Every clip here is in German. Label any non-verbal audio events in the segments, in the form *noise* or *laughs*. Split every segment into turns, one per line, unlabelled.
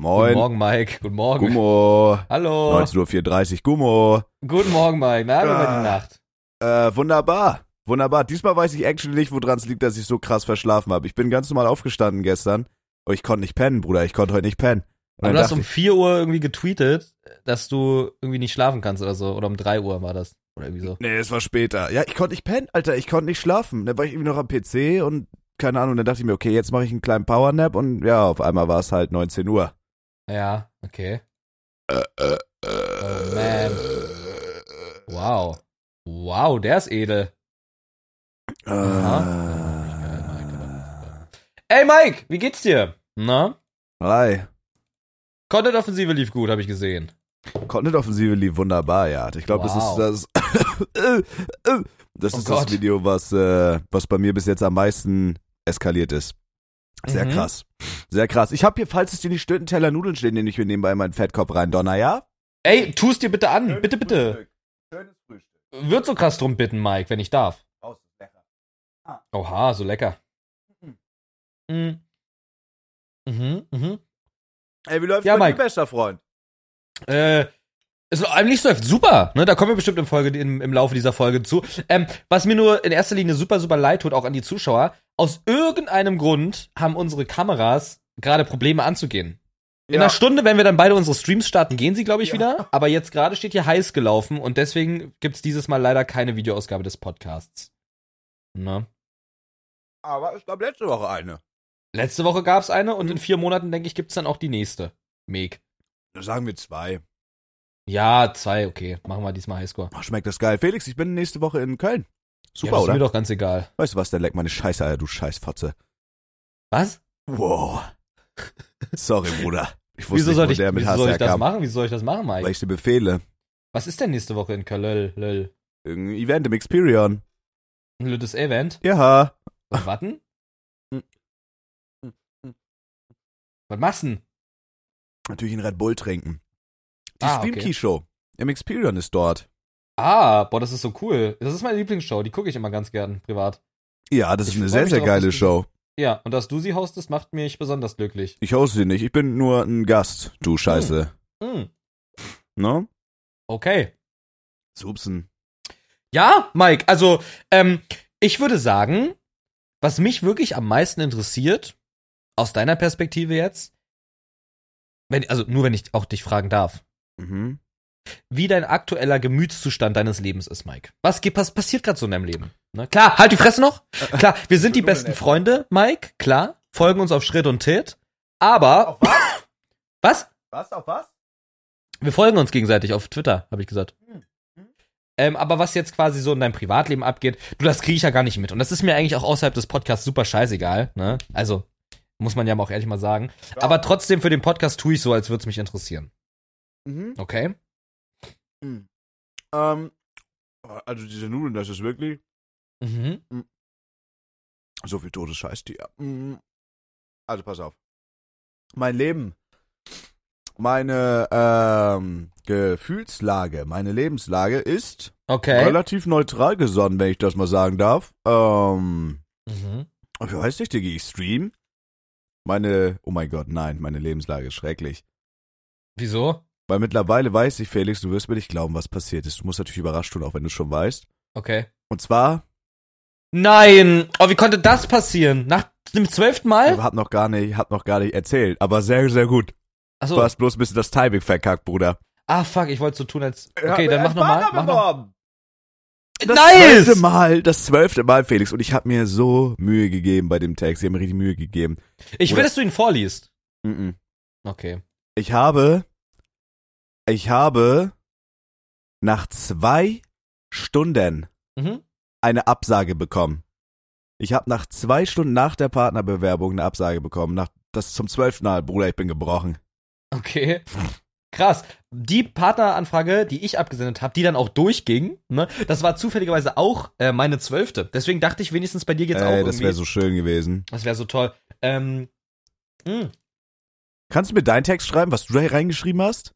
Moin.
Guten Morgen, Mike. Guten Morgen.
Gummo.
Hallo.
19.34 Uhr, Gummo.
Guten Morgen, Mike. Na, wie war
Ah.
die Nacht?
Äh, wunderbar. Wunderbar. Diesmal weiß ich actually nicht, woran es liegt, dass ich so krass verschlafen habe. Ich bin ganz normal aufgestanden gestern. Und ich konnte nicht pennen, Bruder. Ich konnte heute nicht pennen. Und
Aber
dann
du hast
dachte
um
ich,
4 Uhr irgendwie getweetet, dass du irgendwie nicht schlafen kannst oder so. Oder um 3 Uhr war das. Oder irgendwie so.
nee, es war später. Ja, ich konnte nicht pennen, Alter. Ich konnte nicht schlafen. Dann war ich irgendwie noch am PC und keine Ahnung. Dann dachte ich mir, okay, jetzt mache ich einen kleinen Powernap. Und ja, auf einmal war es halt 19 Uhr.
Ja, okay.
Oh,
man. Wow. Wow, der ist edel. Oh,
Ah.
Aha. Ey, Mike, wie geht's dir? Na?
Hi.
Content-Offensive lief gut, habe ich gesehen.
Content-Offensive lief wunderbar, ja. Ich glaube,
Wow.
das *coughs* ist das. das
Oh
ist
Gott.
das Video, was, äh, was bei mir bis jetzt am meisten eskaliert ist. Sehr
Mhm.
krass. Sehr krass. Ich habe hier, falls es dir nicht stört, einen Teller Nudeln stehen, den ich mir nebenbei in meinen Fettkopf reindonner, ja?
Ey, tu es dir bitte an. Bitte,
Hm,
bitte.
Schönes Frühstück.
Wird so krass drum bitten, Mike, wenn ich darf. Oha, so lecker. Mhm. Mhm, mhm.
Ey, wie läuft
Ja,
ja, mein
Mike.
bester Freund?
Äh, es, eigentlich läuft super, ne? Da kommen wir bestimmt im, Folge, im, im Laufe dieser Folge zu. Ähm, was mir nur in erster Linie super, super leid tut, auch an die Zuschauer, aus irgendeinem Grund haben unsere Kameras gerade Probleme anzugehen. In einer Stunde, wenn wir dann beide unsere Streams starten, gehen sie, glaube ich,
Ja.
wieder. Aber jetzt gerade steht hier heiß gelaufen und deswegen gibt's dieses Mal leider keine Videoausgabe des Podcasts. Ne?
aber es gab letzte Woche eine.
Letzte Woche gab's eine und in vier Monaten, denke ich, gibt's dann auch die nächste. Meg.
Da sagen wir zwei.
Ja, zwei, okay. Machen wir diesmal Highscore.
Oh, schmeckt das geil. Felix, ich bin nächste Woche in Köln.
ja,
Super,
das ist mir
oder?
doch ganz egal.
Weißt du was, der leckt meine Scheiße, Alter, du Scheißfotze.
Was?
Wow. Sorry, Bruder. Ich wusste
Wieso
nicht,
soll
wo
ich,
der mit
wieso
Hass
soll ich das
herkam.
machen? Wieso soll ich das machen, Mike?
Weil ich dir befehle.
Was ist denn nächste Woche in Köln? Löll.
Irgendein Event im Experion.
Ein
*laughs*
lüttes Event?
Ja.
Was warten?
Hm.
Was machst du denn?
Natürlich einen Red Bull trinken. Die
Ah,
Stream
okay.
Key Show im Experion ist dort.
Ah, boah, das ist so cool. Das ist meine Lieblingsshow, die gucke ich immer ganz gern, privat.
Ja, das
Ich
ist eine
freu
sehr,
mich
sehr
darauf,
geile
dass du-
Show.
Ja, und dass du sie hostest, macht mich besonders glücklich.
Ich hoste sie nicht. Ich bin nur ein Gast, du Scheiße.
Hm,
Ne?
okay.
Supsen.
Ja, Mike, also, ähm, ich würde sagen, was mich wirklich am meisten interessiert, aus deiner Perspektive jetzt, wenn, also nur wenn ich auch dich fragen darf.
Mhm.
wie dein aktueller Gemütszustand deines Lebens ist, Mike. Was ge- pass passiert gerade so in deinem Leben? Ne? Klar, halt die Fresse noch. Klar, wir sind die besten Freunde, Mike. Klar, folgen uns auf Schritt und Tit. Aber
was?
was?
Was? Auf was?
Wir folgen uns gegenseitig auf Twitter, habe ich gesagt. Ähm, aber was jetzt quasi so in deinem Privatleben abgeht, du, das kriege ich ja gar nicht mit. Und das ist mir eigentlich auch außerhalb des Podcasts super scheißegal. Ne? Also muss man ja mal auch ehrlich mal sagen. Aber trotzdem für den Podcast tue ich so, als würde es mich interessieren.
Mhm.
Okay?
Mhm. Ähm, also diese Nudeln, das ist wirklich
Mhm.
so viel totes Scheißtier. Mhm. Also pass auf. Mein Leben, meine ähm, Gefühlslage, meine Lebenslage ist
Okay.
relativ neutral gesonnen, wenn ich das mal sagen darf. Ähm,
Mhm.
ich weiß nicht, Digga, ich stream. Meine, oh mein Gott, nein, meine Lebenslage ist schrecklich.
Wieso?
Weil mittlerweile weiß ich, Felix, du wirst mir nicht glauben, was passiert ist. Du musst natürlich überrascht tun, auch wenn du schon weißt.
Okay.
Und zwar,
Nein! Oh, wie konnte das passieren? Nach dem zwölften
ich
Mal?
hab noch gar nicht, hab noch gar nicht erzählt, aber sehr, sehr gut.
Achso.
Du hast bloß ein bisschen das Timing verkackt, Bruder.
Ah, fuck, ich wollte so tun, als. Okay, dann mach nochmal. Mach noch.
äh, mal. Das
Nice!
zwölfte Mal, das zwölfte Mal, Felix. Und ich hab mir so Mühe gegeben bei dem Text. Ich hab mir richtig Mühe gegeben.
Ich will, dass du ihn vorliest.
Mhm.
Okay.
Ich habe, ich habe nach zwei Stunden
Mhm.
eine Absage bekommen. Ich habe nach zwei Stunden nach der Partnerbewerbung eine Absage bekommen. Nach, das zum zwölften Mal, Bruder, ich bin gebrochen.
Okay. Krass. Die Partneranfrage, die ich abgesendet habe, die dann auch durchging, ne, das war zufälligerweise auch äh, meine zwölfte. Deswegen dachte ich wenigstens bei dir geht's auch
Ey, Äh, das
irgendwie.
wäre so schön gewesen.
das wäre so toll. Ähm. Mh.
Kannst du mir deinen Text schreiben, was du da reingeschrieben hast?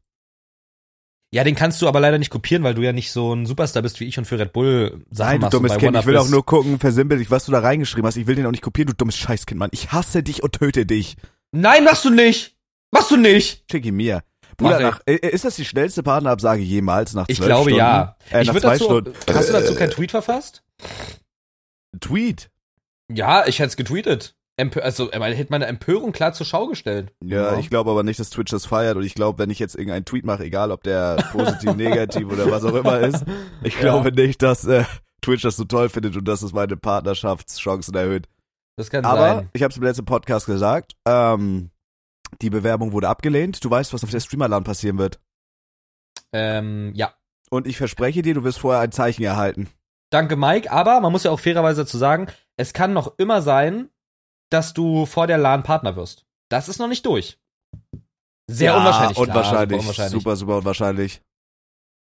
Ja, den kannst du aber leider nicht kopieren, weil du ja nicht so ein Superstar bist wie ich und für Red Bull
Nein,
Sachen
du
machst und
dummes
bei
Kind.
One
Ich
Up
will auch
bist.
nur gucken, versimpel dich, was du da reingeschrieben hast. Ich will den auch nicht kopieren, du dummes Scheißkind, Mann. Ich hasse dich und töte dich.
Nein, machst du nicht! Machst du nicht?
Schicki mir.
Mach
Bruder,
ich.
nach, äh, ist das die schnellste Partnerabsage jemals nach zwölf
Ich glaube
Stunden?
ja.
Äh,
ich
nach
würd
zwei
dazu,
Stunden. Äh.
Hast du dazu keinen Tweet verfasst?
Tweet.
Ja, ich hätte es getweetet. Empö also äh, hätte meine Empörung klar zur Schau gestellt.
Ja, ich glaube aber nicht, dass Twitch das feiert und ich glaube, wenn ich jetzt irgendeinen Tweet mache, egal ob der
*laughs*
positiv, negativ oder was auch immer ist, ich
Ja.
glaube nicht, dass äh, Twitch das so toll findet und dass es meine Partnerschaftschancen erhöht.
*laughs* Das kann
Aber
sein.
ich habe es im letzten Podcast gesagt, ähm, die Bewerbung wurde abgelehnt. Du weißt, was auf der Streamerland passieren wird.
Ähm, ja.
Und ich verspreche dir, du wirst vorher ein Zeichen erhalten.
Danke, Mike. Aber man muss ja auch fairerweise dazu sagen, es kann noch immer sein, dass du vor der LAN Partner wirst. Das ist noch nicht durch. Sehr
Ja,
unwahrscheinlich. klar,
Unwahrscheinlich.
super unwahrscheinlich.
Super, super unwahrscheinlich.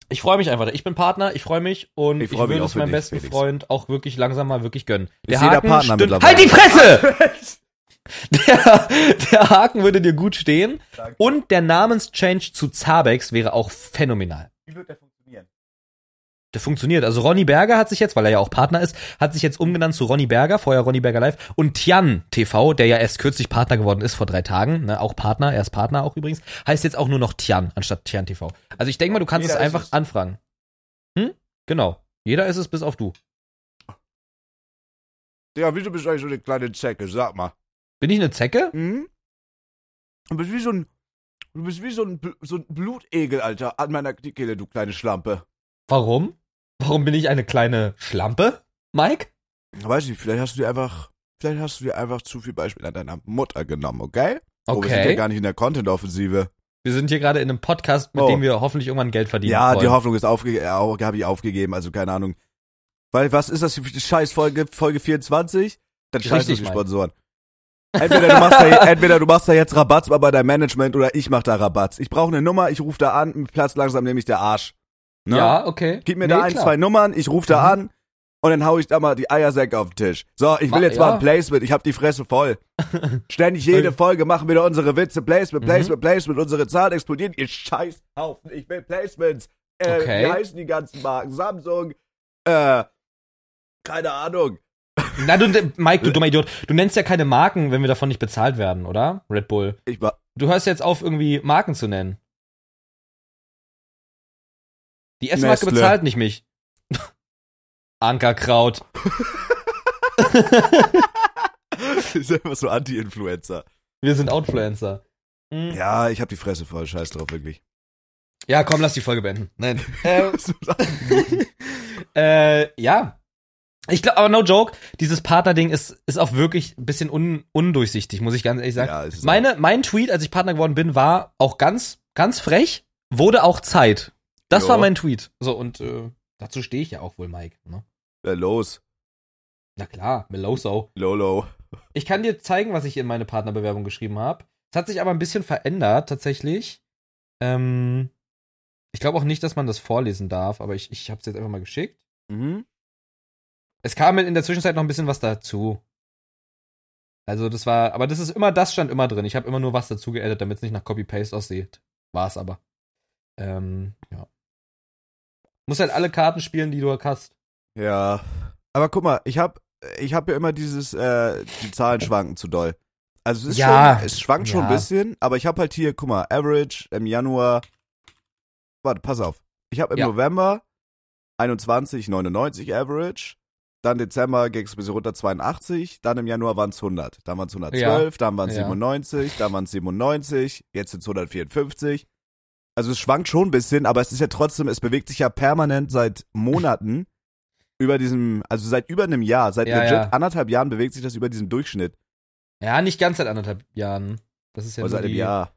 Ich freue mich einfach. Ich bin Partner, ich freue mich und
Ich
ich,
freu mich
würde
auch
es
für
meinem
dich,
besten
Felix.
Freund auch wirklich langsam mal wirklich gönnen.
Ist jeder Partner
stimmt-
mittlerweile.
Halt die Fresse! *laughs* der, der Haken würde dir gut stehen
Danke.
und der Namenschange zu Zabex wäre auch phänomenal.
Wie wird der funktionieren?
Der funktioniert. Also Ronny Berger hat sich jetzt, weil er ja auch Partner ist, hat sich jetzt umgenannt zu Ronny Berger, vorher Ronny Berger Live und Tian TV, der ja erst kürzlich Partner geworden ist vor drei Tagen, ne, auch Partner, er ist Partner auch übrigens, heißt jetzt auch nur noch Tian anstatt Tian TV. Also ich denke mal, du kannst
Jeder
es
ist
einfach
es.
anfragen. Hm? Genau. Jeder ist es bis auf du.
Ja, wieso bist du eigentlich so eine kleine Zecke? Sag mal.
Bin ich eine Zecke?
Mhm. Du bist wie so ein. Du bist wie so ein, Bl- so ein Blutegel, Alter, an meiner Kniekehle, du kleine Schlampe.
Warum? Warum bin ich eine kleine Schlampe? Mike?
Weiß nicht, vielleicht hast du dir einfach. Vielleicht hast du dir einfach zu viel Beispiel an deiner Mutter genommen, okay? Oh, wir sind ja
Okay.
gar nicht in der Content-Offensive.
wir sind hier gerade in einem Podcast, mit
Oh.
dem wir hoffentlich irgendwann Geld verdienen
Ja, die
wollen.
Hoffnung ist aufge äh, au- habe ich aufgegeben, also keine Ahnung. Weil was ist das für eine scheiß Folge, Folge 24? Dann scheiß
Richtig,
auf die
Mike.
Sponsoren. Entweder du, machst da, je- entweder du machst da jetzt Rabatz bei deinem Management oder ich mach da Rabatz. Ich brauche eine Nummer, ich rufe da an, einen Platz langsam nehme ich der Arsch. Ne?
Ja, okay.
Gib mir da
Nee,
ein,
klar. Mhm.
zwei Nummern, ich rufe da an und dann hau ich da mal die Eiersäcke auf den Tisch. So, ich will
Ma-
jetzt mal
Ah, ja.
ein Placement, ich hab die Fresse
*laughs*
voll. Ständig jede
Okay.
Folge machen wieder unsere Witze, Placement,
Mhm.
Placement, Placement, unsere Zahlen explodieren, ihr Scheißhaufen, ich will Placements. Äh,
Okay.
Wie heißen die ganzen Marken? Samsung, äh, keine Ahnung.
Na, du, Mike,
Äh.
du dummer Idiot. Du nennst ja keine Marken, wenn wir davon nicht bezahlt werden, oder? Red Bull.
Ich war,
Du hörst jetzt auf, irgendwie Marken zu nennen. Die S-Marke
Nestle.
bezahlt nicht mich. *laughs* Ankerkraut.
*laughs* ich bin immer so Anti-Influencer.
Wir sind Outfluencer. Hm.
Ja, ich hab die Fresse voll, scheiß drauf, wirklich.
Ja, komm, lass die Folge beenden. Nein.
*laughs*
Äh, äh, ja. Ich glaube, aber no joke, dieses Partner-Ding ist, ist auch wirklich ein bisschen un, undurchsichtig, muss ich ganz ehrlich sagen.
Ja, es ist
Meine, mein Tweet, als ich Partner geworden bin, war auch ganz, ganz frech, wurde auch Zeit. Das
Jo.
war mein Tweet. So, und äh, dazu stehe ich ja auch wohl, Mike. Ne?
Äh, los,
Na klar, Meloso.
Lolo.
Ich kann dir zeigen, was ich in meine Partnerbewerbung geschrieben habe. Es hat sich aber ein bisschen verändert, tatsächlich. Ähm, ich glaube auch nicht, dass man das vorlesen darf, aber ich, ich habe es jetzt einfach mal geschickt.
Mhm.
Es kam in der Zwischenzeit noch ein bisschen was dazu. Also das war, aber das ist immer, das stand immer drin. Ich habe immer nur was dazu geedit, damit es nicht nach Copy-Paste aussieht. War es aber. Ähm, ja. Muss halt alle Karten spielen, die du hast.
Ja. Aber guck mal, ich hab, ich hab ja immer dieses, äh, die Zahlen schwanken zu doll. Also es ist
Ja.
schon, es schwankt schon ein
Ja.
bisschen, aber ich hab halt hier, guck mal, Average im Januar. Warte, pass auf. Ich hab im
Ja.
November 21,99 Average. Dann Dezember ging es ein bisschen runter 82, dann im Januar waren es 100, dann waren es 112, dann waren es
Ja.
97, dann waren es 97, jetzt sind es 154. Also es schwankt schon ein bisschen, aber es ist ja trotzdem, es bewegt sich ja permanent seit Monaten über diesem, also seit über einem Jahr, seit
Ja,
legit
ja.
anderthalb Jahren bewegt sich das über diesem Durchschnitt.
Ja, nicht ganz seit anderthalb Jahren. Das ist ja
Oder
nur
seit einem
die-
Jahr.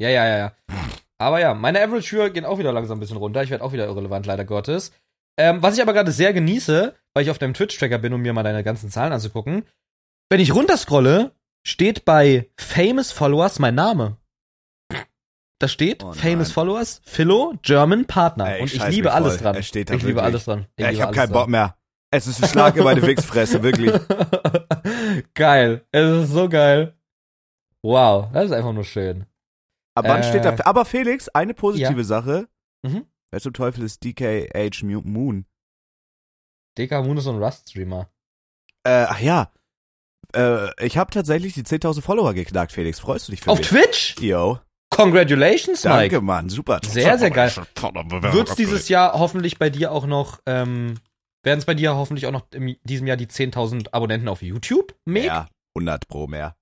Ja, ja, ja, ja. Aber ja, meine average viewer gehen auch wieder langsam ein bisschen runter. Ich werde auch wieder irrelevant, leider Gottes. Ähm, was ich aber gerade sehr genieße, weil ich auf deinem Twitch-Tracker bin, um mir mal deine ganzen Zahlen anzugucken. Wenn ich runterscrolle, steht bei Famous Followers mein Name. Da steht
Oh nein.
Famous Followers, Philo, German Partner.
Ey,
Und ich
scheiß
liebe
mich
alles
voll.
dran.
Es
Ich
steht da
liebe
wirklich.
alles dran.
Ja, ich
liebe
hab
alles
keinen Bock
dran.
mehr. Es ist ein Schlag in
*laughs*
meine Wichsfresse, wirklich.
geil. Es ist so geil. Wow, das ist einfach nur schön.
Ab wann steht da?
Äh.
Aber Felix, eine positive Sache.
Mhm.
Wer zum Teufel ist DKH Mu- Moon?
DK Moon ist so ein Rust-Streamer.
Äh, ach ja. Äh, ich habe tatsächlich die 10.000 Follower geknackt, Felix. Freust du dich für
Auf
mich?
Twitch?
Yo.
Congratulations, Mike.
Danke, Mann. Super.
Sehr, sehr geil. Wird's dieses Jahr hoffentlich bei dir auch noch, ähm, werden es bei dir hoffentlich auch noch in diesem Jahr die 10.000 Abonnenten auf YouTube? Meg?
Ja, 100 pro mehr.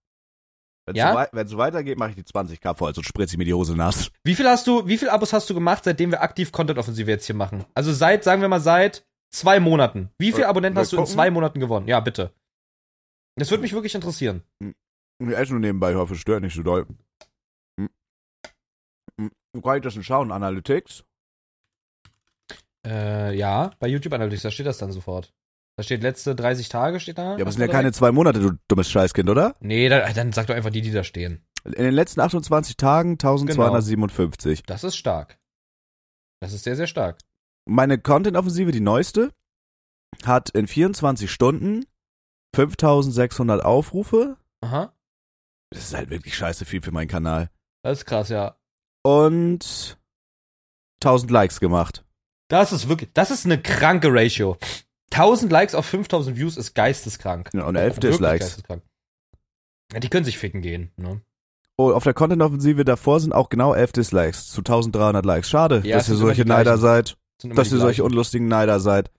Wenn
Ja?
ja? es so weitergeht, mache ich die 20k voll, sonst spritze ich mir die Hose nass.
Wie viel hast du, wie viel Abos hast du gemacht, seitdem wir aktiv Content-Offensive jetzt hier machen? Also seit, sagen wir mal, seit zwei Monaten. Wie viele
Äh,
Abonnenten
mal
hast du in
gucken.
zwei Monaten gewonnen? Ja, bitte. Das würde mich wirklich interessieren.
Ich esse nur nebenbei, ich hoffe, es stört nicht so doll. Hm. Hm. Wo kann ich das denn schauen? Analytics?
Äh, ja, bei YouTube Analytics, da steht das dann sofort. Da steht letzte 30 Tage, steht da.
Ja, aber es
Hast
sind ja
du
keine
direkt?
zwei Monate, du dummes Scheißkind, oder?
Nee, dann, dann sag doch einfach die, die da stehen.
In den letzten 28 Tagen 1257.
Das ist stark. Das ist sehr, sehr stark.
Meine Content-Offensive, die neueste, hat in 24 Stunden 5600 Aufrufe.
Aha.
Das ist halt wirklich scheiße viel für meinen Kanal.
Das ist krass, ja.
Und 1000 Likes gemacht.
Das ist wirklich, das ist eine kranke Ratio. 1000 Likes auf 5000 Views ist geisteskrank.
Ja, Genau, und 11
Wirklich
Dislikes.
geisteskrank. Ja, die können sich ficken gehen, ne?
Oh, auf der Content-Offensive davor sind auch genau 11 Dislikes zu 1300 Likes. Schade,
Ja, es
dass ihr
sind immer
solche
die gleichen.
Neider seid.
Sind immer
Dass
die
ihr solche
gleichen.
unlustigen Neider seid.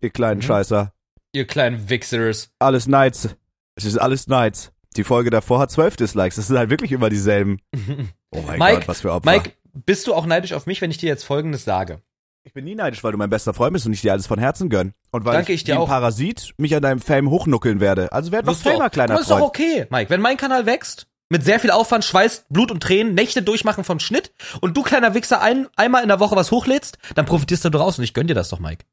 Ihr kleinen
Mhm.
Scheißer.
Ihr kleinen Wichsers.
Alles Nights. Es ist alles Nights. Die Folge davor hat 12 Dislikes. Das sind halt wirklich immer
*laughs*
dieselben. Oh mein
Mike,
Gott, was für Opfer.
Mike, bist du auch neidisch auf mich, wenn ich dir jetzt folgendes sage?
ich bin nie neidisch, weil du mein bester Freund bist und ich dir alles von Herzen gönn. Und weil
Danke, ich
ich
dir
wie ein
auch.
Parasit mich an deinem Fame hochnuckeln werde. Also werd noch
Wirst du
Famer,
auch.
kleiner
Das ist doch
Freund.
okay, Mike. Wenn mein Kanal wächst, mit sehr viel Aufwand, Schweiß, Blut und Tränen, Nächte durchmachen vom Schnitt und du, kleiner Wichser, ein, einmal in der Woche was hochlädst, dann profitierst du daraus und ich gönn dir das doch, Mike.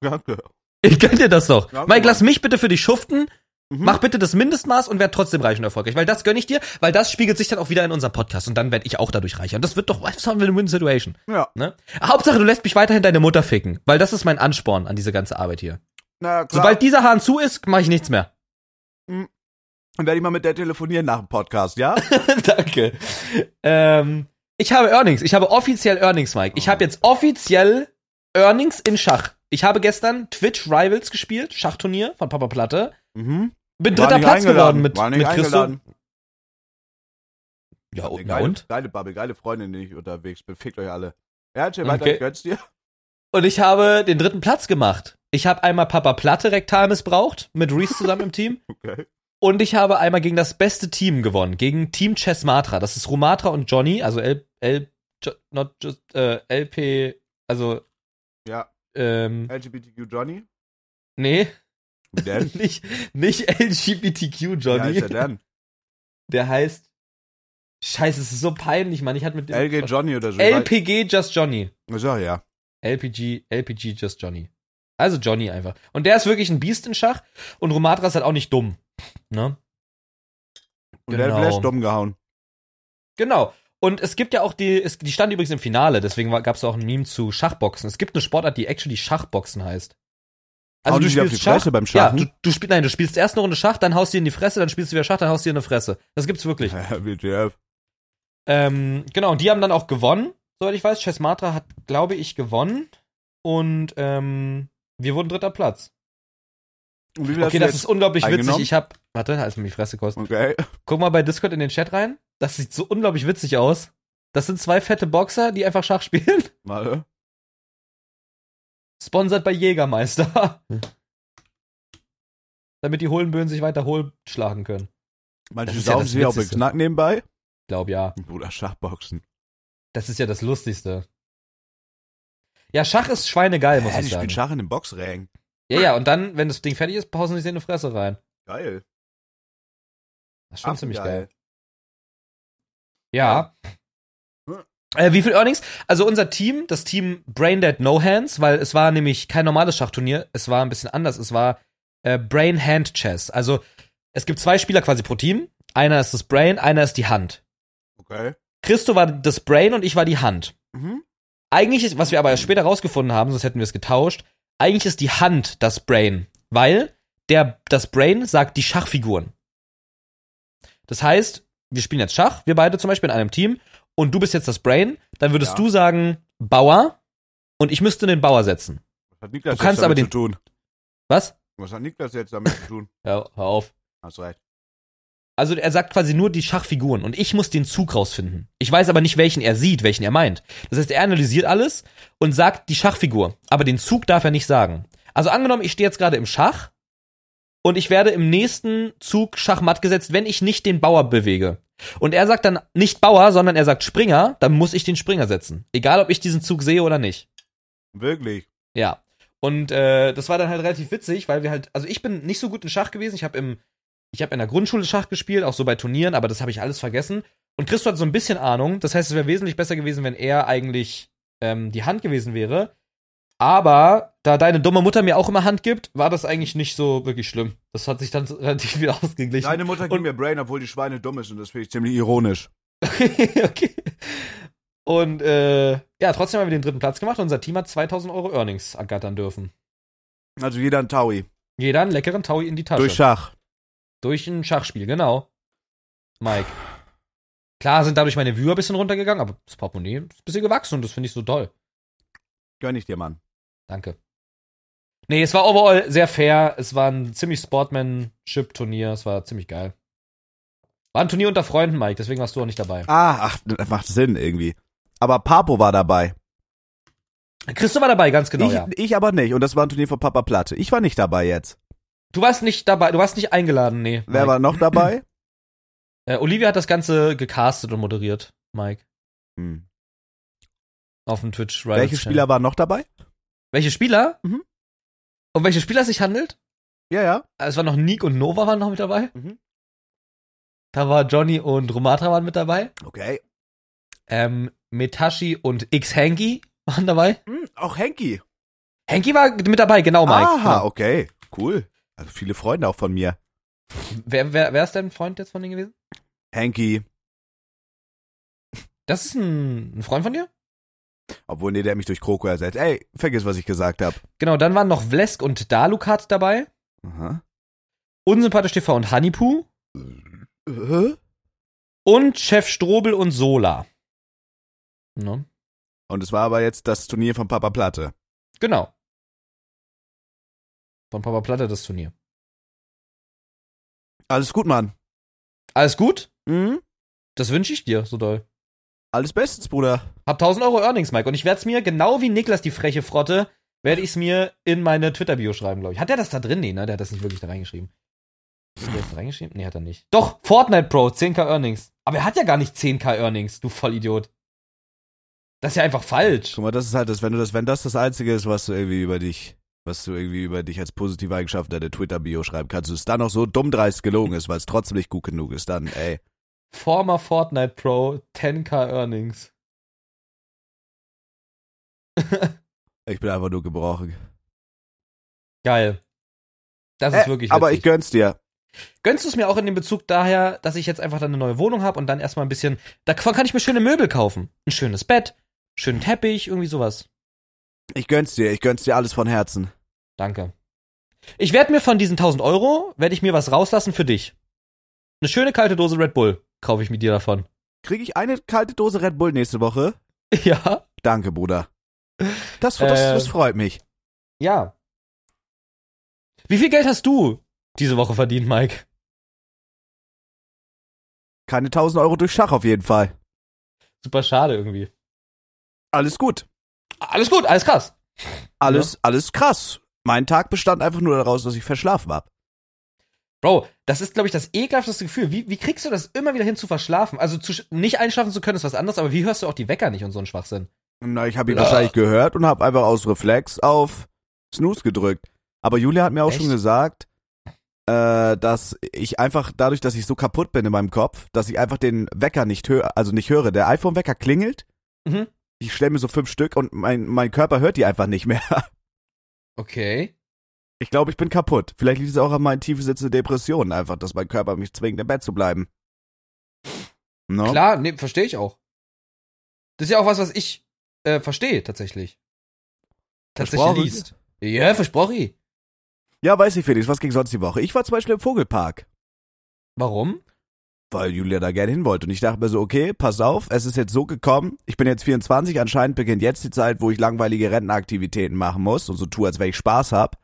Danke.
Ich gönn dir das doch.
Ja,
Mike,
genau.
lass mich bitte für dich schuften.
Mhm.
Mach bitte das Mindestmaß und werd trotzdem reich und erfolgreich, weil das gönn ich dir, weil das spiegelt sich dann auch wieder in unserem Podcast und dann werd ich auch dadurch reicher. Und das wird doch das ist eine Win-Win-Situation.
Ja,
Ne? Hauptsache, du lässt mich weiterhin deine Mutter ficken, weil das ist mein Ansporn an diese ganze Arbeit hier.
na klar.
Sobald dieser Hahn zu ist, mache ich
*laughs*
nichts mehr.
dann werde ich mal mit der telefonieren nach dem Podcast, ja?
Danke. Ähm, ich habe Earnings. Ich habe offiziell Earnings, Mike. Ich habe jetzt offiziell Earnings in Schach. Ich habe gestern Twitch Rivals gespielt, Schachturnier von Papa Platte.
mhm.
Bin
War
dritter
nicht
Platz
eingeladen.
geworden mit,
War nicht
mit Christo.
eingeladen.
Ja, und, na
geile,
und?
Geile Bubble, geile Freundin, die ich unterwegs bin. Fickt euch alle. Ja, chill weiter,
Okay.
ich gönn's dir.
Und ich habe den dritten Platz gemacht. Ich habe einmal Papa Platte rektal missbraucht, mit Reese zusammen
*laughs*
im Team.
*laughs* Okay.
Und ich habe einmal gegen das beste Team gewonnen, gegen Team Chess Matra. Das ist Romatra und Johnny, also L, L, J- not just, äh, LP, also,
Ja,
ähm,
LGBTQ Johnny.
nee, *laughs*
Und Dann?
nicht, nicht LGBTQ
Wie
Johnny.
heißt er
*laughs*
denn?
der heißt, scheiße, es ist so peinlich, Mann, ich hatte mit dem,
LG Johnny oder so.
LPG Just Johnny.
Ja, ja.
LPG, LPG Just Johnny. Also Johnny einfach. Und der ist wirklich ein Biest in Schach und Romatra ist halt auch nicht dumm, ne?
Und der
Genau.
hat Flash dumm gehauen.
Genau. Und es gibt ja auch die, es, die stand übrigens im Finale, deswegen gab es auch ein Meme zu Schachboxen. Es gibt eine Sportart, die actually Schachboxen heißt. Also
Hauen die dir auf die Fresse beim Schach? *laughs*
Ja, du, du spielst, nein, du spielst erst eine Runde Schach, dann haust du dir in die Fresse, dann spielst du wieder Schach, dann haust du dir in die Fresse. Das gibt's wirklich.
WTF.
Ähm, genau, und die haben dann auch gewonnen, soweit ich weiß. Chessmatra hat, glaube ich, gewonnen. Und ähm, wir wurden dritter Platz.
Und wie viel
Okay,
hast du
das ist
jetzt?
unglaublich witzig.
eingenommen?
Ich hab. Warte, halt mir die Fresse kosten.
Okay.
Guck mal bei Discord in den Chat rein. Das sieht so unglaublich witzig aus. Das sind zwei fette Boxer, die einfach Schach spielen. *laughs*
Mal.
Sponsert bei Jägermeister.
Hm.
Damit die Hohlenböen sich weiter hohl schlagen können. Das
Manche
ist ja
saugen
das
sich auch
Witzigste.
beknackt nebenbei.
Glaub ja.
Bruder, Schachboxen.
Das ist ja das Lustigste. Ja, Schach ist schweinegeil, muss
Hä,
ich
die
sagen.
spielen Schach in dem Boxring.
Ja, ja, und dann, wenn das Ding fertig ist, pausen sie sich in die Fresse rein.
Geil.
Das ist schon ziemlich geil.
Affengeil.
Ja. Äh, wie viel Earnings? Also unser Team, das Team Braindead No Hands, weil es war nämlich kein normales Schachturnier, es war ein bisschen anders, es war äh, Brain Hand Chess. Also es gibt zwei Spieler quasi pro Team. Einer ist das Brain, einer ist die Hand.
Okay.
Christo war das Brain und ich war die Hand.
Mhm.
Eigentlich ist, was wir aber erst später rausgefunden haben, sonst hätten wir es getauscht, eigentlich ist die Hand das Brain, weil der, das Brain sagt die Schachfiguren. Das heißt, wir spielen jetzt Schach, wir beide zum Beispiel in einem Team, und du bist jetzt das Brain, dann würdest
Ja.
du sagen Bauer, und ich müsste den Bauer setzen.
Was hat Niklas
Du kannst
jetzt damit
aber den-
zu tun?
Was?
Was hat Niklas jetzt damit zu tun?
Ja, hör auf.
Hast recht.
Also er sagt quasi nur die Schachfiguren und ich muss den Zug rausfinden. Ich weiß aber nicht, welchen er sieht, welchen er meint. Das heißt, er analysiert alles und sagt die Schachfigur, aber den Zug darf er nicht sagen. Also angenommen, ich stehe jetzt gerade im Schach und ich werde im nächsten Zug Schachmatt gesetzt, wenn ich nicht den Bauer bewege. Und er sagt dann nicht Bauer, sondern er sagt Springer, dann muss ich den Springer setzen. Egal, ob ich diesen Zug sehe oder nicht.
Wirklich.
Ja. Und äh, das war dann halt relativ witzig, weil wir halt, also ich bin nicht so gut in Schach gewesen. Ich habe im, ich habe in der Grundschule Schach gespielt, auch so bei Turnieren, aber das habe ich alles vergessen. Und Christo hat so ein bisschen Ahnung. Das heißt, es wäre wesentlich besser gewesen, wenn er eigentlich ähm, die Hand gewesen wäre. Aber da deine dumme Mutter mir auch immer Hand gibt, war das eigentlich nicht so wirklich schlimm. Das hat sich dann *laughs* relativ wieder ausgeglichen.
Deine Mutter gibt
Und-
mir Brain, obwohl die Schweine dumm ist und das finde ich ziemlich ironisch.
*laughs* okay. Und äh, ja, trotzdem haben wir den dritten Platz gemacht. Unser Team hat 2000 Euro Earnings ergattern dürfen.
Also jeder ein Taui.
Jeder einen leckeren Taui in die Tasche.
Durch Schach.
Durch ein Schachspiel, genau. Mike. Klar sind dadurch meine Viewer ein bisschen runtergegangen, aber das Portemonnaie ist ein bisschen gewachsen und das finde ich so toll.
Gönn ich dir, Mann.
Danke. Nee, es war overall sehr fair. Es war ein ziemlich Sportmanship-Turnier. Es war ziemlich geil. War ein Turnier unter Freunden, Mike, deswegen warst du auch nicht dabei.
Ah, ach, das macht Sinn irgendwie. Aber Papo war dabei.
Christo war dabei, ganz genau,
ich,
ja.
ich aber nicht. Und das war ein Turnier von Papa Platte. Ich war nicht dabei jetzt.
Du warst nicht dabei, du warst nicht eingeladen, nee.
Wer
Mike.
war noch dabei?
Äh, Olivia hat das Ganze gecastet und moderiert, Mike.
*laughs* Hm.
Auf dem Twitch Rivals
Welche
Channel.
Spieler waren noch dabei?
Welche Spieler?
Mhm.
Um welche Spieler es sich handelt?
Ja, ja.
Äh, Es waren noch Nick und Nova waren noch mit dabei.
Mhm.
Da war Johnny und Romatra waren mit dabei.
Okay.
Ähm, Metashi und X Hanky waren dabei.
Hm, auch Henki.
Hanky war mit dabei, genau, Mike.
Aha,
genau.
okay. Cool. Also viele Freunde auch von mir.
Genau. Wer, wer, wer ist dein Freund jetzt von denen gewesen?
Henki.
Das ist ein, ein Freund von dir?
Obwohl, nee, der hat mich durch Kroko ersetzt. Ey, vergiss, was ich gesagt habe.
Genau, dann waren noch Vlesk und Dalukat dabei.
Aha.
Unsympathisch TV und Honeypoo.
Äh?
Und Chef Strobel und Sola. Ne?
Und es war aber jetzt das Turnier von Papa Platte.
Genau. Von Papa Platte das Turnier.
Alles gut, Mann.
Alles gut?
Mhm.
Das wünsche ich dir so doll.
Alles bestens, Bruder.
Hab 1000 Euro Earnings, Mike. Und ich werde es mir, genau wie Niklas die freche Frotte, werde ich es mir in meine Twitter-Bio schreiben, glaube ich. Hat der das da drin? Nee, ne? Der hat das nicht wirklich da reingeschrieben. Hat der das da reingeschrieben? Nee, hat er nicht. Doch, Fortnite Pro, 10k Earnings. Aber er hat ja gar nicht 10k Earnings, du Vollidiot. Das ist ja einfach falsch.
Guck mal, das ist halt das, wenn du das, wenn das das Einzige ist, was du irgendwie über dich, was du irgendwie über dich als positive Eigenschaft in deine Twitter-Bio schreiben kannst, und es dann noch so dumm dreist gelogen ist, weil es trotzdem nicht gut genug ist, dann, ey.
Former Fortnite Pro, 10k Earnings.
Ich bin einfach nur gebrochen.
Geil. Das
Äh,
ist wirklich
aber
witzig.
ich gönn's dir.
Gönnst du es mir auch in dem Bezug daher, dass ich jetzt einfach dann eine neue Wohnung habe und dann erstmal ein bisschen. Davon kann ich mir schöne Möbel kaufen. Ein schönes Bett, schönen Teppich, irgendwie sowas.
Ich gönn's dir. Ich gönn's dir alles von Herzen.
Danke. Ich werde mir von diesen 1000 Euro, werde ich mir was rauslassen für dich. Eine schöne kalte Dose Red Bull kaufe ich mit dir davon. *laughs*
Krieg ich eine kalte Dose Red Bull nächste Woche?
Ja.
Danke, Bruder. Das, das,
Äh.
das freut mich.
Ja. Wie viel Geld hast du diese Woche verdient, Mike?
Keine 1000 Euro durch Schach auf jeden Fall.
Super schade irgendwie.
Alles gut.
Alles gut, alles krass.
Alles, alles krass. Mein Tag bestand einfach nur daraus, dass ich verschlafen hab.
Bro, das ist, glaube ich, das ekelhafteste Gefühl. Wie, wie kriegst du das immer wieder hin zu verschlafen? Also zu, sch- nicht einschlafen zu können ist was anderes, aber wie hörst du auch die Wecker nicht und so einen Schwachsinn?
Na, ich habe ihn
Ja.
wahrscheinlich gehört und habe einfach aus Reflex auf Snooze gedrückt. Aber Julia hat mir auch
Echt?
schon gesagt, äh, dass ich einfach dadurch, dass ich so kaputt bin in meinem Kopf, dass ich einfach den Wecker nicht höre, also nicht höre. Der iPhone-Wecker klingelt.
Mhm.
Ich stelle mir so fünf Stück und mein, mein Körper hört die einfach nicht mehr. *laughs*
Okay.
Ich glaube, ich bin kaputt. Vielleicht liegt es auch an meinen tief sitzenden Depressionen einfach, dass mein Körper mich zwingt, im Bett zu bleiben. No?
Klar, nee, verstehe ich auch. Das ist ja auch was, was ich äh, verstehe, tatsächlich.
Versprochen.
Ja, versprochen.
Ja, weiß ich, Felix, was ging sonst die Woche? Ich war zum Beispiel im Vogelpark.
Warum?
weil Julia da gerne hin wollte. Und ich dachte mir so, okay, pass auf, es ist jetzt so gekommen, ich bin jetzt 24, anscheinend beginnt jetzt die Zeit, wo ich langweilige Rentenaktivitäten machen muss und so tue, als wenn ich Spaß hab.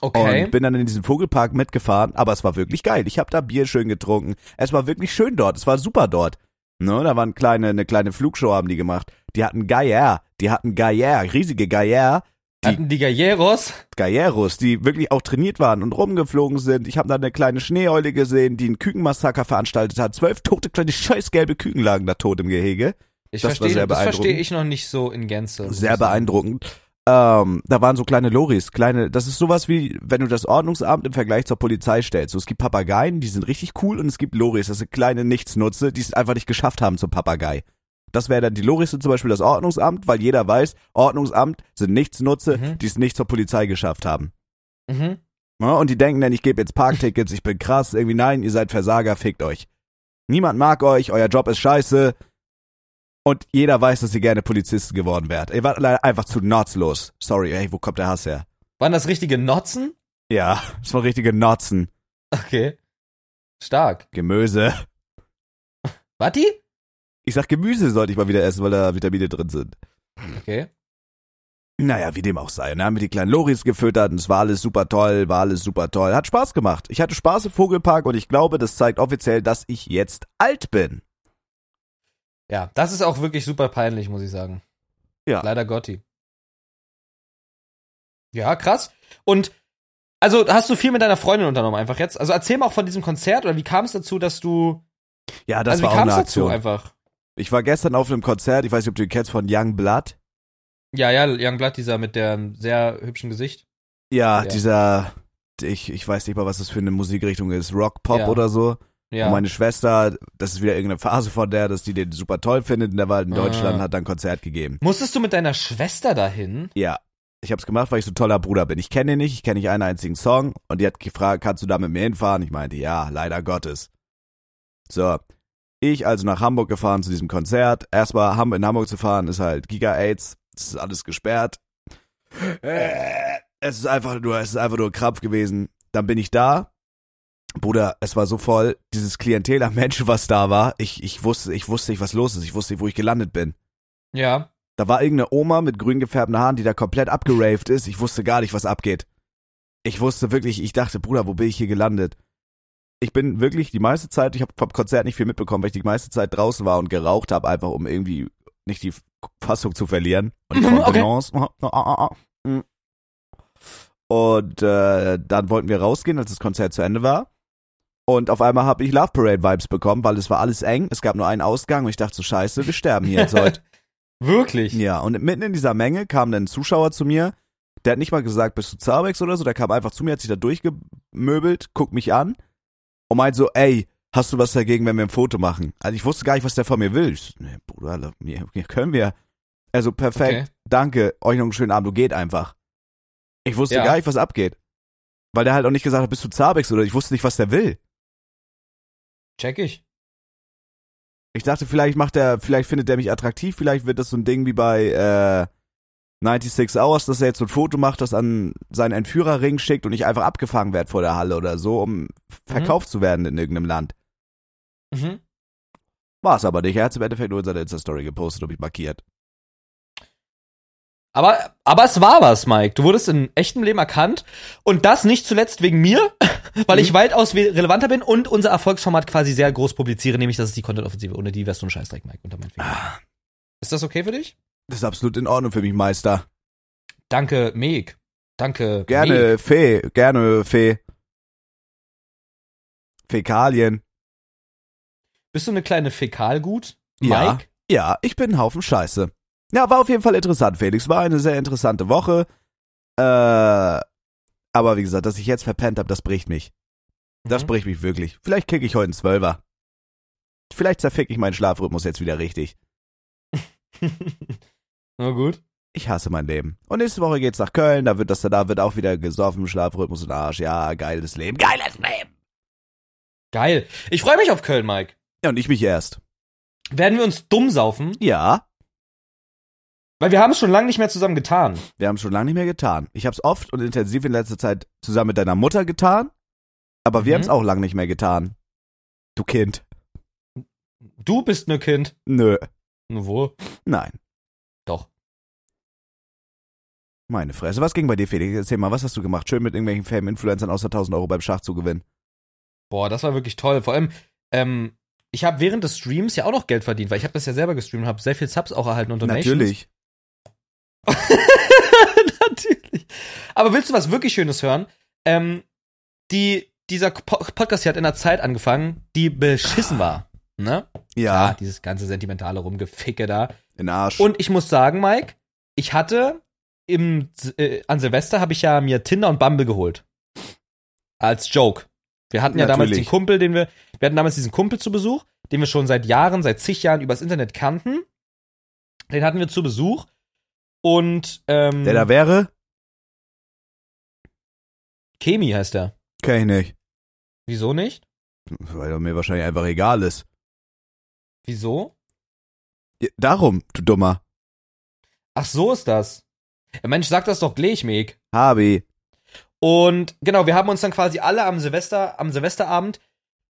Okay.
Und bin dann in diesen Vogelpark mitgefahren, aber es war wirklich geil. Ich habe da Bier schön getrunken. Es war wirklich schön dort. Es war super dort. Ne, da waren kleine, eine kleine Flugshow haben die gemacht. Die hatten Geier, die hatten Geier, riesige Geier, die-
Hatten die Galleros?
Gailleros, die wirklich auch trainiert waren und rumgeflogen sind. Ich habe da eine kleine Schneeeule gesehen, die einen Kükenmassaker veranstaltet hat. Zwölf tote kleine scheißgelbe Küken lagen da tot im Gehege.
Ich
Das war
verstehe,
sehr
das verstehe
beeindruckend.
ich noch nicht so in Gänze.
Sehr beeindruckend. Ähm, da waren so kleine Loris, kleine, das ist sowas wie, wenn du das Ordnungsamt im Vergleich zur Polizei stellst. So, es gibt Papageien, die sind richtig cool und es gibt Loris, das sind kleine Nichtsnutze, die es einfach nicht geschafft haben zum Papagei. Das wäre dann, die Loris sind zum Beispiel das Ordnungsamt, weil jeder weiß, Ordnungsamt sind Nichtsnutze,
Mhm.
die es nicht zur Polizei geschafft haben.
Mhm.
Ne? Und die denken dann, ich gebe jetzt Parktickets, ich bin krass, irgendwie nein, ihr seid Versager, fickt euch. Niemand mag euch, euer Job ist scheiße. Und jeder weiß, dass ihr gerne Polizisten geworden wärt. Ihr wart leider einfach zu nutzlos. Sorry, ey, wo kommt der Hass her?
Waren das richtige Notzen? *laughs*
Ja, *laughs* es waren richtige Notzen.
Okay. Stark.
Gemüse.
Watti?
Ich sag, Gemüse sollte ich mal wieder essen, weil da Vitamine drin sind.
Okay.
Naja, wie dem auch sei. Und Dann haben wir die kleinen Loris gefüttert und es war alles super toll, war alles super toll. Hat Spaß gemacht. Ich hatte Spaß im Vogelpark und ich glaube, das zeigt offiziell, dass ich jetzt alt bin.
Ja, das ist auch wirklich super peinlich, muss ich sagen.
Ja.
Leider Gotti. Ja, krass. Und also hast du viel mit deiner Freundin unternommen einfach jetzt? Also erzähl mal auch von diesem Konzert oder wie kam es dazu, dass du
Ja, das
also
war
wie
auch
kam
eine
es dazu
Aktion.
einfach?
Ich war gestern auf einem Konzert, ich weiß nicht, ob du ihn kennst, von Young Blood.
Ja, ja, Young Blood dieser mit der sehr hübschen Gesicht.
Ja,
Ja.
dieser, ich, ich weiß nicht mal, was das für eine Musikrichtung ist, Rock, Pop
Ja.
oder so.
Ja.
Und meine Schwester, das ist wieder irgendeine Phase von der, dass die den super toll findet und der war halt in
Ah.
Deutschland und hat dann ein Konzert gegeben.
Musstest du mit deiner Schwester dahin?
Ja, ich hab's gemacht, weil ich so ein toller Bruder bin. Ich kenne ihn nicht, ich kenne nicht einen einzigen Song und die hat gefragt, kannst du da mit mir hinfahren? Ich meinte, ja, leider Gottes. So, ich also nach Hamburg gefahren zu diesem Konzert. Erstmal Ham- in Hamburg zu fahren ist halt Giga-Aids, es ist alles gesperrt. Äh, Es ist einfach nur, es ist einfach nur ein Krampf gewesen. Dann bin ich da. Bruder, es war so voll, dieses Klientel an Menschen, was da war. Ich, ich wusste, ich wusste nicht, was los ist. Ich wusste nicht, wo ich gelandet bin.
Ja.
Da war irgendeine Oma mit grün gefärbten Haaren, die da komplett abgeraved ist. Ich wusste gar nicht, was abgeht. Ich wusste wirklich, ich dachte, Bruder, wo bin ich hier gelandet? Ich bin wirklich die meiste Zeit, ich habe vom Konzert nicht viel mitbekommen, weil ich die meiste Zeit draußen war und geraucht habe, einfach um irgendwie nicht die Fassung zu verlieren. Und die
Mhm, okay.
Kontenance. Ah, Mhm. Und äh, dann wollten wir rausgehen, als das Konzert zu Ende war. Und auf einmal habe ich Love Parade Vibes bekommen, weil es war alles eng, es gab nur einen Ausgang und ich dachte so, scheiße, wir sterben hier
*laughs*
jetzt heute.
Wirklich?
Ja, und mitten in dieser Menge kam dann ein Zuschauer zu mir, der hat nicht mal gesagt, bist du Zabex oder so, der kam einfach zu mir, hat sich da durchgemöbelt, guckt mich an und meint so, ey, hast du was dagegen, wenn wir ein Foto machen? Also ich wusste gar nicht, was der von mir will. Ich, so, nee, Bruder, la- mir- mir können wir. Also perfekt,
Okay.
danke, euch noch einen schönen Abend, du geht einfach. Ich wusste
Ja.
gar nicht, was abgeht. Weil der halt auch nicht gesagt hat, bist du Zabex oder ich wusste nicht, was der will.
Check ich.
Ich dachte, vielleicht macht er, vielleicht findet er mich attraktiv, vielleicht wird das so ein Ding wie bei äh, 96 Hours, dass er jetzt so ein Foto macht, das an seinen Entführerring schickt und ich einfach abgefangen werde vor der Halle oder so, um verkauft zu werden in irgendeinem Land.
Mhm.
War es aber nicht. Er hat im Endeffekt nur in seiner Insta-Story gepostet und mich markiert.
Aber, aber es war was, Mike. Du wurdest in echtem Leben erkannt. Und das nicht zuletzt wegen mir, *laughs* weil
Mhm.
ich weitaus we- relevanter bin und unser Erfolgsformat quasi sehr groß publiziere, nämlich das ist die Content-Offensive. Ohne die wärst du ein Scheißdreck, Mike, unter meinen Fingern.
Ah.
Ist das okay für dich?
Das ist absolut in Ordnung für mich, Meister.
Danke, Meg. Danke. Meg.
Gerne, Fee, gerne, Fee. Fäkalien.
Bist du eine kleine Fäkalgut?
Ja.
Mike?
Ja, ich bin ein Haufen Scheiße. Ja, war auf jeden Fall interessant, Felix. War eine sehr interessante Woche. Äh, aber wie gesagt, dass ich jetzt verpennt habe, das bricht mich. Das
Mhm.
bricht mich wirklich. Vielleicht kicke ich heute einen Zwölfer. Vielleicht zerfick ich meinen Schlafrhythmus jetzt wieder richtig.
*laughs* Na gut.
Ich hasse mein Leben. Und nächste Woche geht's nach Köln, da wird das da wird auch wieder gesoffen, Schlafrhythmus und Arsch. Ja, geiles Leben, geiles Leben.
Geil. Ich freue mich auf Köln, Mike.
Ja, und ich mich erst.
Werden wir uns dumm saufen?
Ja,
Weil wir haben es schon lange nicht mehr zusammen getan.
wir haben es schon lange nicht mehr getan. Ich habe es oft und intensiv in letzter Zeit zusammen mit deiner Mutter getan, aber wir
Mhm.
haben es auch lange nicht mehr getan. Du Kind.
Du bist ne Kind.
Nö,
Nur wo?
nein.
Doch.
Meine Fresse. Was ging bei dir, Felix? Erzähl mal, was hast du gemacht? Schön mit irgendwelchen Fame-Influencern außer 1000 Euro beim Schach zu gewinnen.
Boah, das war wirklich toll. Vor allem, ähm, ich habe während des Streams ja auch noch Geld verdient, weil ich habe das ja selber gestreamt und habe sehr viel Subs auch erhalten und Donations.
Natürlich.
*laughs* Natürlich. Aber willst du was wirklich Schönes hören? Ähm, die, dieser po Podcast hier hat in einer Zeit angefangen, die beschissen war. Ne?
Ja,
dieses ganze sentimentale Rumgeficke da.
in Arsch.
Und ich muss sagen, Mike, ich hatte im, äh, an Silvester habe ich ja mir Tinder und Bumble geholt. Als Joke. Wir hatten ja damals
Natürlich.
den Kumpel, den wir, wir hatten damals diesen Kumpel zu Besuch, den wir schon seit Jahren, seit zig Jahren übers Internet kannten. Den hatten wir zu Besuch. Und, ähm,
Der da wäre?
Kemi heißt er.
Kenn ich nicht.
Wieso nicht?
Weil er mir wahrscheinlich einfach egal ist.
Wieso?
Ja, Darum, du Dummer.
Ach, so ist das. Ja, Mensch, sag das doch gleich, Meg.
Habi.
Und genau, wir haben uns dann quasi alle am Silvester, am Silvesterabend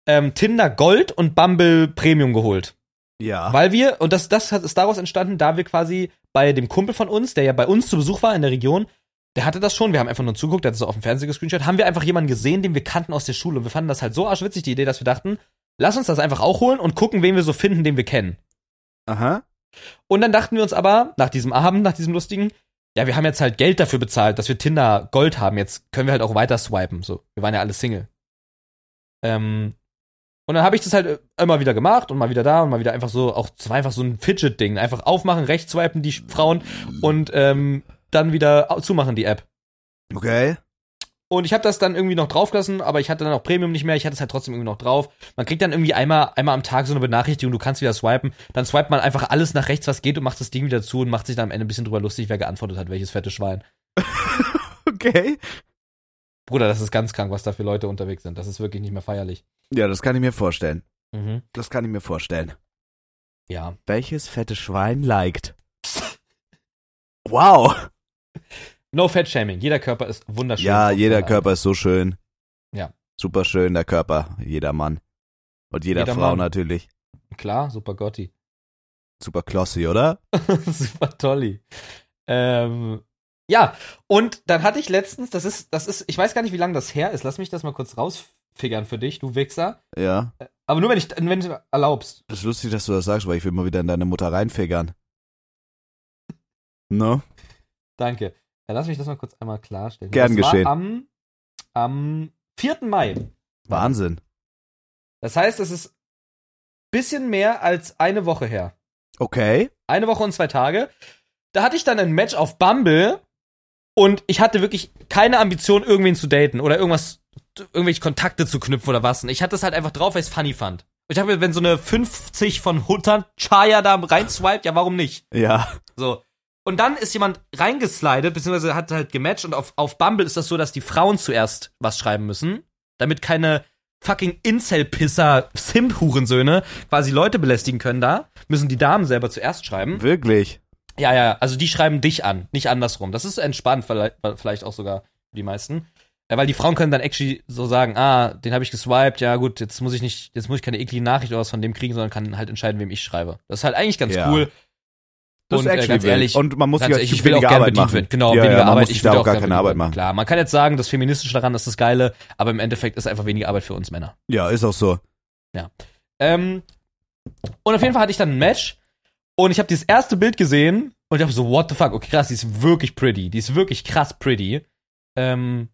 ähm, Tinder Gold und Bumble Premium geholt.
Ja.
Weil wir, und das, das hat, ist daraus entstanden, da wir quasi bei dem Kumpel von uns, der ja bei uns zu Besuch war in der Region, der hatte das schon, wir haben einfach nur zuguckt, der hat es auf dem Fernseher gescreenshot, haben wir einfach jemanden gesehen, den wir kannten aus der Schule. Und wir fanden das halt so arschwitzig, die Idee, dass wir dachten, lass uns das einfach auch holen und gucken, wen wir so finden, den wir kennen.
Aha.
Und dann dachten wir uns aber, nach diesem Abend, nach diesem lustigen, ja, wir haben jetzt halt Geld dafür bezahlt, dass wir Tinder Gold haben. Jetzt können wir halt auch weiter swipen. So, wir waren ja alle Single. Ähm, und dann habe ich das halt immer wieder gemacht und mal wieder da und mal wieder einfach so, auch es war einfach so ein Fidget-Ding. Einfach aufmachen, rechts swipen die Frauen und ähm, dann wieder au- zumachen die App. *laughs*
Okay.
Und ich habe das dann irgendwie noch draufgelassen, aber ich hatte dann auch Premium nicht mehr, ich hatte es halt trotzdem irgendwie noch drauf. Man kriegt dann irgendwie einmal, einmal am Tag so eine Benachrichtigung, du kannst wieder swipen. Dann swipet man einfach alles nach rechts, was geht und macht das Ding wieder zu und macht sich dann am Ende ein bisschen drüber lustig, wer geantwortet hat, welches fette Schwein.
Okay.
Bruder, das ist ganz krank, was da für Leute unterwegs sind. Das ist wirklich nicht mehr feierlich.
Ja, das kann ich mir vorstellen.
Mhm.
Das kann ich mir vorstellen.
Ja.
Welches fette Schwein liked? Wow.
No Fat Shaming. Jeder Körper ist wunderschön.
Ja,
Und
jeder
allein.
Körper ist so schön.
Ja.
Super schön, der Körper. Jeder Mann. Und jeder,
Jeder
Frau
Mann.
natürlich.
Klar, super Gotti. *laughs*
Super klossi, oder?
super Tolli. Ähm, ja, und dann hatte ich letztens, das ist, das ist, ich weiß gar nicht, wie lange das her ist. Lass mich das mal kurz rausfigern für dich, du Wichser.
Ja.
Aber nur wenn ich wenn du erlaubst.
Das ist lustig, dass du das sagst, weil ich will mal wieder in deine Mutter reinfegern. Ne?
Danke. Ja, lass mich das mal kurz einmal klarstellen.
Gern
das
geschehen.
War am, am 4. Mai.
Wahnsinn.
Das heißt, es ist bisschen mehr als eine Woche her.
Okay.
Eine Woche und zwei Tage. Da hatte ich dann ein Match auf Bumble und ich hatte wirklich keine Ambition, irgendwen zu daten oder irgendwas, irgendwelche Kontakte zu knüpfen oder was. Und ich hatte es halt einfach drauf, weil ich es funny fand. Ich habe mir, wenn so eine 50 von 100 Chaya da reinswiped, ja, warum nicht?
Ja.
So. Und dann ist jemand reingeslidet, beziehungsweise hat halt gematcht und auf, auf Bumble ist das so, dass die Frauen zuerst was schreiben müssen, damit keine fucking Incel-Pisser, Simp-Hurensöhne quasi Leute belästigen können da, müssen die Damen selber zuerst schreiben.
Wirklich.
Ja, ja, also die schreiben dich an, nicht andersrum. Das ist entspannt, vielleicht, vielleicht auch sogar für die meisten. Ja, weil die Frauen können dann actually so sagen, ah, den habe ich geswiped, ja gut, jetzt muss ich nicht, jetzt muss ich keine eklige Nachricht oder was von dem kriegen, sondern kann halt entscheiden, wem ich schreibe. Das ist halt eigentlich ganz
Ja.
cool.
Das ist
äh,
actually wild. Und man muss
Ganz
ja
ehrlich,
viel
ich will auch
weniger
gerne
Arbeit
bedient
machen.
werden. Genau,
ja,
weniger
ja, man
Arbeit.
muss sich
will
da auch gar
gerne
keine
bedient
Arbeit
werden.
machen.
Klar, man kann jetzt sagen, das Feministische daran ist das Geile, aber im Endeffekt ist einfach weniger Arbeit für uns Männer.
Ja, ist auch so.
Ähm, und auf jeden Fall hatte ich dann ein Match und ich habe dieses erste Bild gesehen und ich habe so, what the fuck, okay krass, die ist wirklich pretty, die ist wirklich krass pretty. Ähm,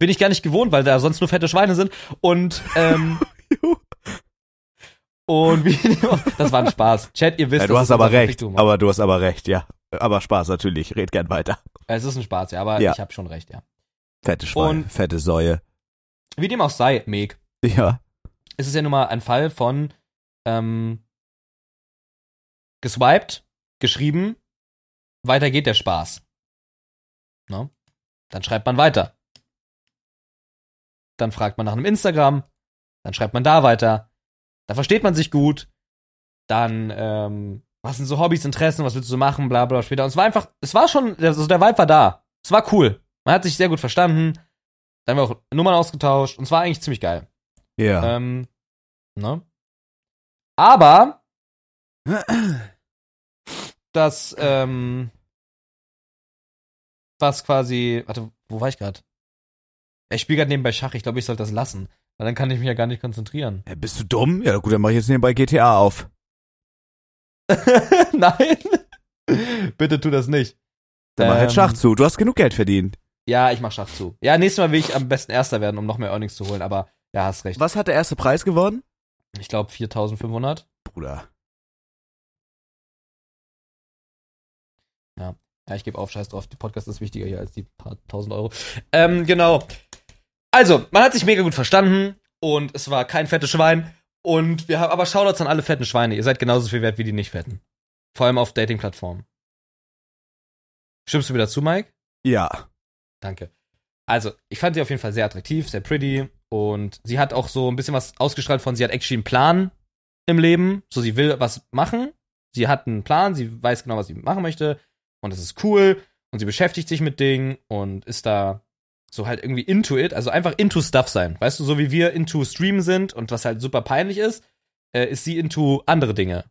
bin ich gar nicht gewohnt, weil da sonst nur fette Schweine sind und ähm,
*laughs*
und wie, das war ein Spaß. Chat, ihr wisst,
Ja, du
das
hast
ist
aber
unser
recht.
Fiktum.
Aber du hast aber recht, ja. Aber Spaß natürlich. Red gern weiter.
es ist ein Spaß, ja, aber
Ja.
ich habe schon recht, ja.
Fette Schwein,
Und-
fette Säue.
Wie dem auch sei, Meg,
Ja.
es ist ja nun mal ein Fall von ähm, geswiped, geschrieben, weiter geht der Spaß. Ne? Dann schreibt man weiter. Dann fragt man nach einem Instagram, dann schreibt man da weiter. Da versteht man sich gut. Dann, ähm, was sind so Hobbys, Interessen, was willst du so machen, bla bla später. Und es war einfach, es war schon, also der Vibe war da. Es war cool. Man hat sich sehr gut verstanden. Dann haben wir auch Nummern ausgetauscht und es war eigentlich ziemlich geil.
Ja.
Ähm, ne? Aber das ähm, was quasi. Warte, wo war ich gerade? Ich spiele gerade nebenbei Schach. Ich glaube, ich sollte das lassen. Weil dann kann ich mich ja gar
*laughs*
nicht konzentrieren. *laughs*
Hä, bist du dumm? Ja gut, dann mache ich jetzt nebenbei GTA auf.
Nein. Bitte tu das nicht.
Dann mach jetzt
Ähm.
Schach zu. Du hast genug Geld verdient.
Ja, ich mach Schach zu. Ja, nächstes Mal will ich am besten Erster werden, um noch mehr Earnings zu holen. Aber ja, hast recht.
Was hat der erste Preis gewonnen?
Ich glaube 4500.
Bruder.
Ja, ich gebe auf, scheiß drauf. Der Podcast ist wichtiger hier als die paar tausend Euro. Ähm, genau. Also, man hat sich mega gut verstanden und es war kein fettes Schwein. Und wir haben aber Shoutouts an alle fetten Schweine. Ihr seid genauso viel wert wie die nicht fetten. Vor allem auf Dating-Plattformen. Stimmst du mir dazu, Mike?
Ja.
Danke. Also, ich fand sie auf jeden Fall sehr attraktiv, sehr pretty und sie hat auch so ein bisschen was ausgestrahlt von, sie hat actually einen Plan im Leben. So, sie will was machen. Sie hat einen Plan, sie weiß genau, was sie machen möchte und das ist cool und sie beschäftigt sich mit Dingen und ist da so halt irgendwie into it, also einfach into stuff sein. Weißt du, so wie wir into Stream sind und was halt super peinlich ist, äh, ist sie into andere Dinge.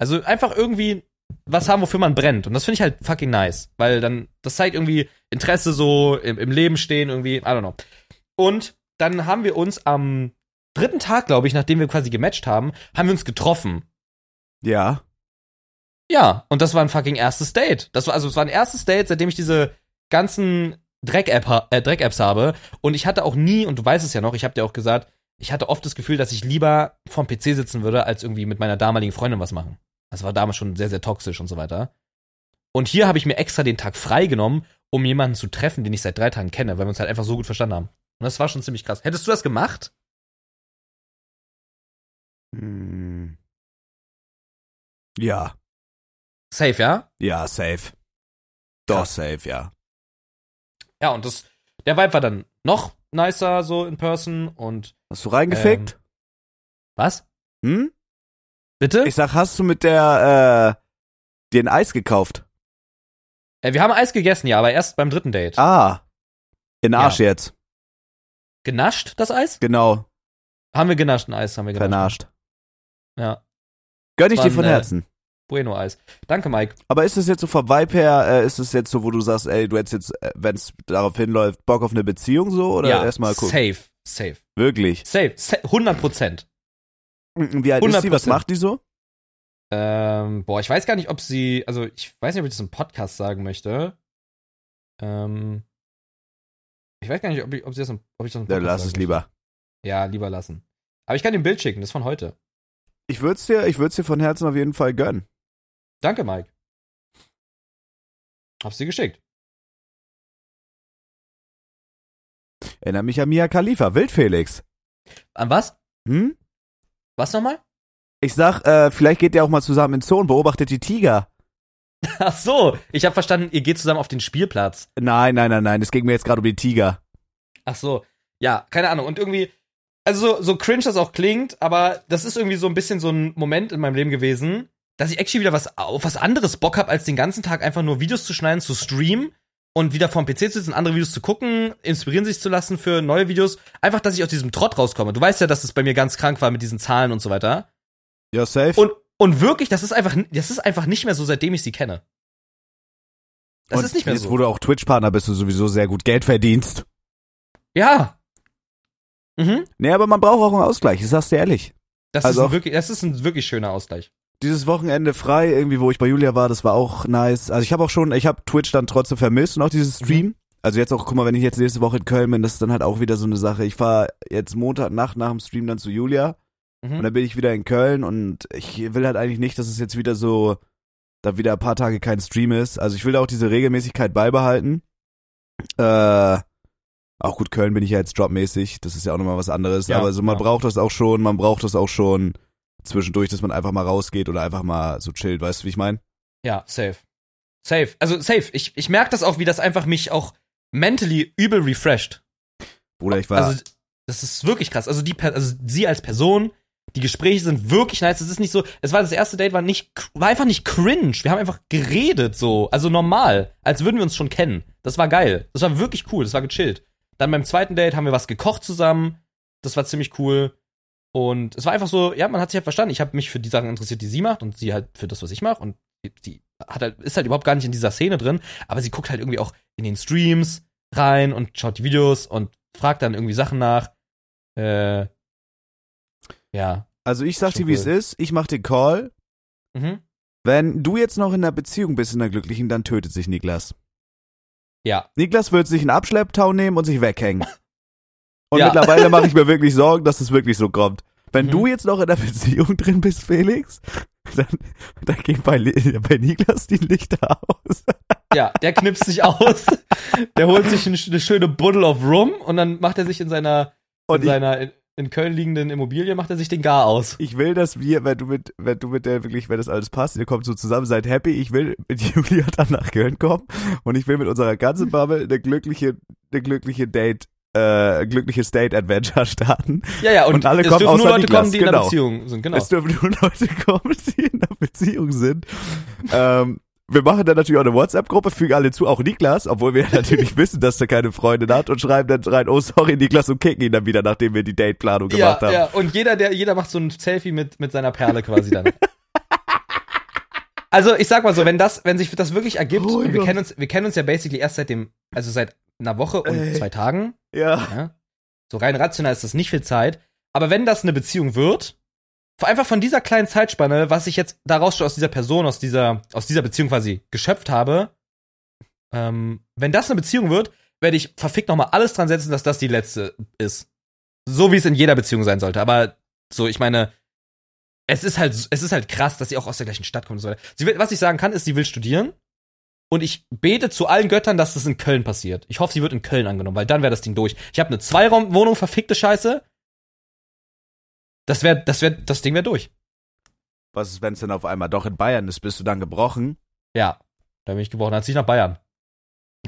Also einfach irgendwie was haben, wofür man brennt. Und das finde ich halt fucking nice. Weil dann, das zeigt irgendwie Interesse so, im, im Leben stehen, irgendwie, I don't know. Und dann haben wir uns am dritten Tag, glaube ich, nachdem wir quasi gematcht haben, haben wir uns getroffen.
Ja.
Ja, und das war ein fucking erstes Date. Das war, also es war ein erstes Date, seitdem ich diese ganzen Dreck-App ha- äh, Dreck-Apps habe. Und ich hatte auch nie, und du weißt es ja noch, ich habe dir auch gesagt, ich hatte oft das Gefühl, dass ich lieber vorm PC sitzen würde, als irgendwie mit meiner damaligen Freundin was machen. Das war damals schon sehr, sehr toxisch und so weiter. Und hier habe ich mir extra den Tag freigenommen, um jemanden zu treffen, den ich seit drei Tagen kenne, weil wir uns halt einfach so gut verstanden haben. Und das war schon ziemlich krass. Hättest du das gemacht?
Hm. Ja.
Safe, ja?
Ja, safe. Doch,
Krass.
safe, ja.
Ja, und das, der Vibe war dann noch nicer, so in person und
Hast du reingefickt?
Ähm, was?
hm?
Bitte?
Ich sag, hast du mit der, äh, dir ein Eis gekauft?
äh, wir haben Eis gegessen, ja, aber erst beim dritten Date.
Ah. In Arsch jetzt.
Genascht, das Eis?
Genau.
Haben wir genascht, ein Eis haben wir genascht.
Vernascht.
Genau. Ja,
Gönn ich
Das
dir
war
von
ein, äh,
Herzen.
Bueno-Eis. Danke, Mike.
Aber ist es jetzt so vom Vibe her, äh, ist es jetzt so, wo du sagst, ey, du hättest jetzt, äh, wenn's darauf hinläuft, Bock auf eine Beziehung so? Oder
ja,
erstmal gucken?
Safe, safe,
Wirklich.
safe, safe, 100 Prozent.
Wie alt ist die? Was
100%.
macht die so?
Ähm, boah, ich weiß gar nicht, ob sie, also ich weiß nicht, ob ich das im Podcast sagen möchte. Ähm, ich weiß gar nicht, ob ich, ob sie das im, ob ich das im
Ja,
Podcast
lass es
sagen
lieber.
möchte. Ja, lieber lassen. Aber ich kann dir ein Bild schicken, das ist von heute.
Ich würd's dir, ich würd's dir von Herzen auf jeden Fall gönnen.
Danke, Mike. Hab's dir geschickt.
Erinnert mich an Mia Khalifa, Wild Felix.
An was?
Hm?
Was nochmal?
Ich sag, äh, vielleicht geht ihr auch mal zusammen in den Zoo und beobachtet die Tiger.
Ach so, ich habe verstanden, ihr geht zusammen auf den Spielplatz.
Nein, nein, nein, nein, es ging mir jetzt gerade um die Tiger.
Ach so, ja, keine Ahnung. Und irgendwie, also so, so cringe das auch klingt, aber das ist irgendwie so ein bisschen so ein Moment in meinem Leben gewesen, dass ich actually wieder was auf was anderes Bock hab, als den ganzen Tag einfach nur Videos zu schneiden, zu streamen und wieder vorm PC zu sitzen, andere Videos zu gucken, inspirieren sich zu lassen für neue Videos. Einfach, dass ich aus diesem Trott rauskomme. Du weißt ja, dass es bei mir ganz krank war mit diesen Zahlen und so weiter.
Ja, safe.
Und, und wirklich, das ist einfach, das ist einfach nicht mehr so, seitdem ich sie kenne. Das
Und
ist nicht mehr
jetzt,
so.
wo du auch Twitch-Partner bist, du sowieso sehr gut Geld verdienst.
ja. Mhm.
Nee, aber man braucht auch einen Ausgleich, ich sag's dir ehrlich.
Das
Also
ist
auch-
ein wirklich, das ist ein wirklich schöner Ausgleich.
Dieses Wochenende frei, irgendwie, wo ich bei Julia war, das war auch nice. Also ich habe auch schon, ich habe Twitch dann trotzdem vermisst und auch dieses Stream. Also jetzt auch, guck mal, wenn ich jetzt nächste Woche in Köln bin, das ist dann halt auch wieder so eine Sache. Ich fahr jetzt Montagnacht nach dem Stream dann zu Julia und
Mhm.
dann bin ich wieder in Köln und ich will halt eigentlich nicht, dass es jetzt wieder so, da wieder ein paar Tage kein Stream ist. Also ich will da auch diese Regelmäßigkeit beibehalten. Äh, auch gut, Köln bin ich ja jetzt jobmäßig, das ist ja auch nochmal was anderes.
Ja,
aber so, man
ja.
braucht das auch schon, man braucht das auch schon zwischendurch, dass man einfach mal rausgeht oder einfach mal so chillt, weißt du, wie ich meine?
Ja, safe. Safe. Also safe. Ich, ich merke das auch, wie das einfach mich auch mentally übel refreshed.
Bruder, ich war,
Also, das ist wirklich krass. Also, die, Per- also, sie als Person, die Gespräche sind wirklich nice. Es ist nicht so, es war das erste Date, war nicht, war einfach nicht cringe. Wir haben einfach geredet so. Also normal. Als würden wir uns schon kennen. Das war geil. Das war wirklich cool. Das war gechillt. Dann beim zweiten Date haben wir was gekocht zusammen. Das war ziemlich cool. Und es war einfach so, ja, man hat sich halt verstanden. Ich habe mich für die Sachen interessiert, die sie macht und sie halt für das, was ich mache. Und die- die hat halt, ist halt überhaupt gar nicht in dieser Szene drin, aber sie guckt halt irgendwie auch in den Streams rein und schaut die Videos und fragt dann irgendwie Sachen nach. Äh, ja.
Also ich sag
Schon
dir, wie es
cool.
ist. Ich mach den Call.
Mhm.
Wenn du jetzt noch in einer Beziehung bist, in einer glücklichen, dann tötet sich Niklas.
Ja.
Niklas wird sich einen Abschlepptau nehmen und sich
*laughs*
weghängen. Und
Ja.
mittlerweile mache ich mir wirklich Sorgen, dass es wirklich so kommt. Wenn
Mhm.
du jetzt noch in der Beziehung drin bist, Felix, dann, dann gehen bei, Li- bei Niklas die Lichter aus.
Ja, der knipst sich
*laughs*
aus. Der holt sich eine, sch- eine schöne Buddel of Rum und dann macht er sich in seiner, in,
Und ich,
seiner in, in Köln liegenden Immobilie macht er sich den Gar aus.
ich will, dass wir, wenn du mit, wenn du mit der wirklich, wenn das alles passt, ihr kommt so zusammen, seid happy. Ich will mit Julia dann nach Köln kommen und ich will mit unserer ganzen Bubble eine glückliche, eine glückliche Date, äh, glückliches Date-Adventure starten.
Ja, ja, und,
Und alle
es
kommen
dürfen nur
außer
Leute
Niklas,
kommen, die in einer
genau.
Beziehung sind, genau.
Es dürfen nur Leute kommen, die in einer Beziehung sind. ähm, wir machen dann natürlich auch eine WhatsApp-Gruppe, fügen alle zu, auch Niklas, obwohl wir *laughs* natürlich wissen, dass er keine Freundin hat und schreiben dann rein, oh sorry Niklas und kicken ihn dann wieder, nachdem wir die Dateplanung
Ja,
gemacht haben.
ja, und jeder, der, jeder macht so ein Selfie mit, mit seiner Perle quasi dann. Also ich sag mal so, wenn das, wenn sich das wirklich ergibt,
Oh mein
und wir
Gott.
kennen uns, wir kennen uns ja basically erst seit dem, also seit einer Woche und
Ey.
zwei Tagen.
Ja.
Ja? So rein rational ist das nicht viel Zeit. Aber wenn das eine Beziehung wird, einfach von dieser kleinen Zeitspanne, was ich jetzt daraus schon aus dieser Person, aus dieser, aus dieser Beziehung quasi geschöpft habe, ähm, wenn das eine Beziehung wird, werde ich verfickt nochmal alles dran setzen, dass das die letzte ist. So wie es in jeder Beziehung sein sollte. Aber so, ich meine, es ist halt, es ist halt krass, dass sie auch aus der gleichen Stadt kommen soll. Sie will, was ich sagen kann, ist, sie will studieren. Und ich bete zu allen Göttern, dass das in Köln passiert. Ich hoffe, sie wird in Köln angenommen, weil dann wäre das Ding durch. Ich habe eine Zweiraumwohnung, verfickte Scheiße. Das wäre, das wäre, das Ding wäre durch.
Was ist, wenn es dann auf einmal doch in Bayern ist? Bist du dann gebrochen?
Ja, da bin ich gebrochen. Dann zieh ich nach Bayern.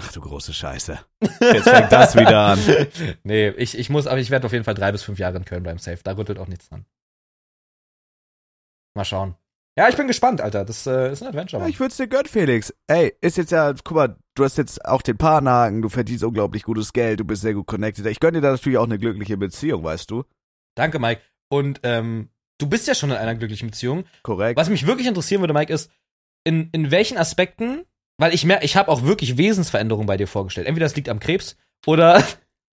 Ach du große
*laughs*
Scheiße. Jetzt fängt das wieder an.
nee, ich, ich muss, aber ich werde auf jeden Fall drei bis fünf Jahre in Köln bleiben, safe. Da rüttelt auch nichts dran. Mal schauen. Ja, ich bin gespannt, Alter. Das äh, ist ein Adventure.
Ja,
Mann.
ich würd's dir gönnen, Felix. Ey, ist jetzt ja, guck mal, du hast jetzt auch den Paarnagen, du verdienst unglaublich gutes Geld, du bist sehr gut connected. Ich gönn dir da natürlich auch eine glückliche Beziehung, weißt du?
Danke, Mike. Und ähm, du bist ja schon in einer glücklichen Beziehung.
Korrekt.
Was mich wirklich interessieren würde, Mike, ist, in, in welchen Aspekten, weil ich merke, ich habe auch wirklich Wesensveränderungen bei dir vorgestellt. Entweder es liegt am Krebs oder. *laughs*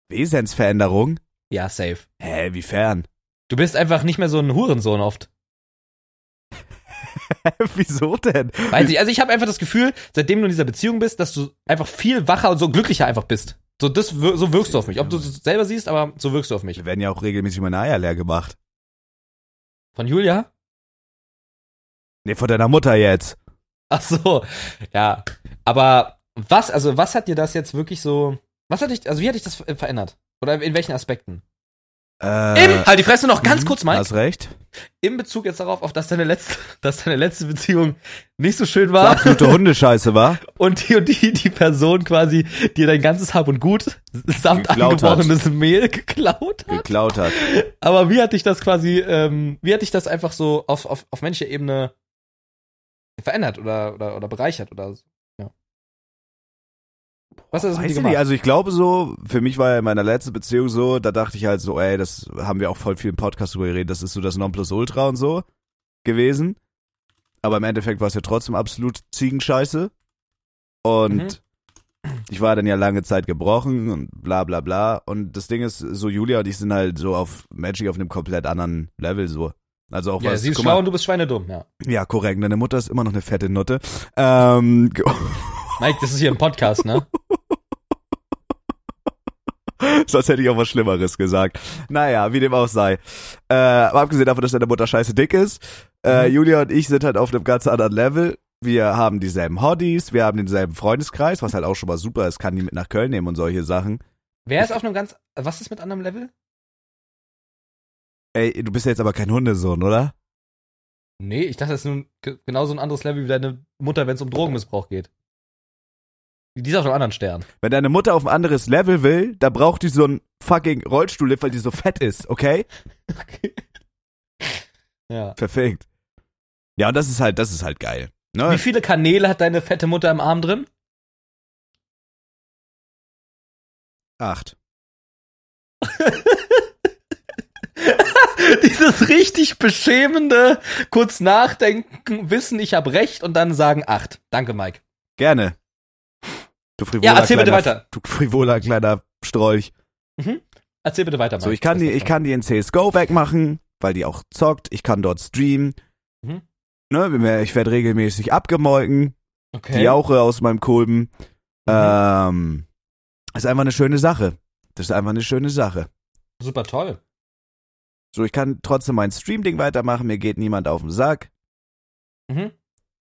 Wesensveränderung?
Ja, safe.
Hä, *laughs* wiefern?
Du bist einfach nicht mehr so ein Hurensohn oft.
Wieso denn?
Weiß ich, also ich habe einfach das Gefühl, seitdem du in dieser Beziehung bist, dass du einfach viel wacher und so glücklicher einfach bist. So, das, wir- so wirkst du auf mich. Ob du es selber siehst, aber so wirkst du auf mich.
Wir werden ja auch regelmäßig meine Eier leer gemacht.
Von Julia?
Nee, von deiner Mutter jetzt.
Ach so, ja. Aber was, also was hat dir das jetzt wirklich so, was hat dich, also wie hat dich das ver- verändert? Oder in welchen Aspekten?
Äh,
Im, halt die Fresse noch ganz
mhm,
kurz, Mike.
Hast recht.
in Bezug jetzt darauf, auf dass deine letzte, *laughs* dass deine letzte Beziehung nicht so
Das
schön war
absolute
*laughs*
Hundescheiße, war.
und die und die, die Person quasi dir dein ganzes Hab und Gut samt
Geklaut hat.
angebrochenes Mehl geklaut hat.
Geklaut hat.
Aber wie hat dich das quasi, ähm, wie hat dich das einfach so auf, auf, auf menschlicher Ebene verändert oder, oder, oder bereichert oder so? Ja. Was hat das
Weiß
mit dir
ich nicht,
gemacht?
also ich glaube so, für mich war ja in meiner letzten Beziehung so, da dachte ich halt so, ey, das haben wir auch voll viel im Podcast drüber geredet, das ist so das Nonplusultra und so gewesen. Aber im Endeffekt war es ja trotzdem absolut Ziegenscheiße. Und
Mhm.
ich war dann ja lange Zeit gebrochen und bla bla bla. Und das Ding ist, so Julia und ich sind halt so auf Magic auf einem komplett anderen Level so. Also auch
ja,
was,
sie ist
guck mal,
schlau und du bist schweinedumm, ja.
ja, korrekt. ne? Deine Mutter ist immer noch eine fette Nutte. Ähm,
Mike, das ist hier ein Podcast,
*laughs*
ne?
*laughs* Sonst hätte ich auch was Schlimmeres gesagt. Naja, wie dem auch sei. Äh, aber abgesehen davon, dass deine Mutter scheiße dick ist, äh,
Mhm.
Julia und ich sind halt auf einem ganz anderen Level. Wir haben dieselben Hotties, wir haben denselben Freundeskreis, was halt auch schon mal super ist, kann die mit nach Köln nehmen und solche Sachen.
Wer ist auf einem ganz, was ist mit anderem Level?
Ey, du bist ja jetzt aber kein Hundesohn, oder?
Nee, ich dachte, das ist nun ge- genauso ein anderes Level wie deine Mutter, wenn es um Drogenmissbrauch geht. Die ist auf einem anderen Stern.
Wenn deine Mutter auf ein anderes Level will, da braucht die so einen fucking Rollstuhllift, weil die so fett ist, okay?
*laughs* ja.
Perfekt. Ja, und das ist halt, das ist halt geil.
Wie
Ne?
viele Kanäle hat deine fette Mutter im Arm drin?
Acht.
*laughs* Dieses richtig beschämende, kurz nachdenken, wissen, ich habe recht und dann sagen acht. Danke, Mike.
Gerne. Du frivoler
Ja, erzähl bitte
kleiner,
weiter.
Du frivoler kleiner Strolch.
Erzähl bitte weiter, Mike.
So, ich kann die, ich kann die in CSGO wegmachen, weil die auch zockt. Ich kann dort streamen.
Mhm.
Ne, ich werde regelmäßig abgemolken.
Okay. Mhm.
Die Jauche aus meinem Kolben. Ähm, ist einfach eine schöne Sache. Das ist einfach eine schöne Sache.
Super toll.
So, ich kann trotzdem mein Stream-Ding weitermachen, mir geht niemand auf den Sack.
Mhm.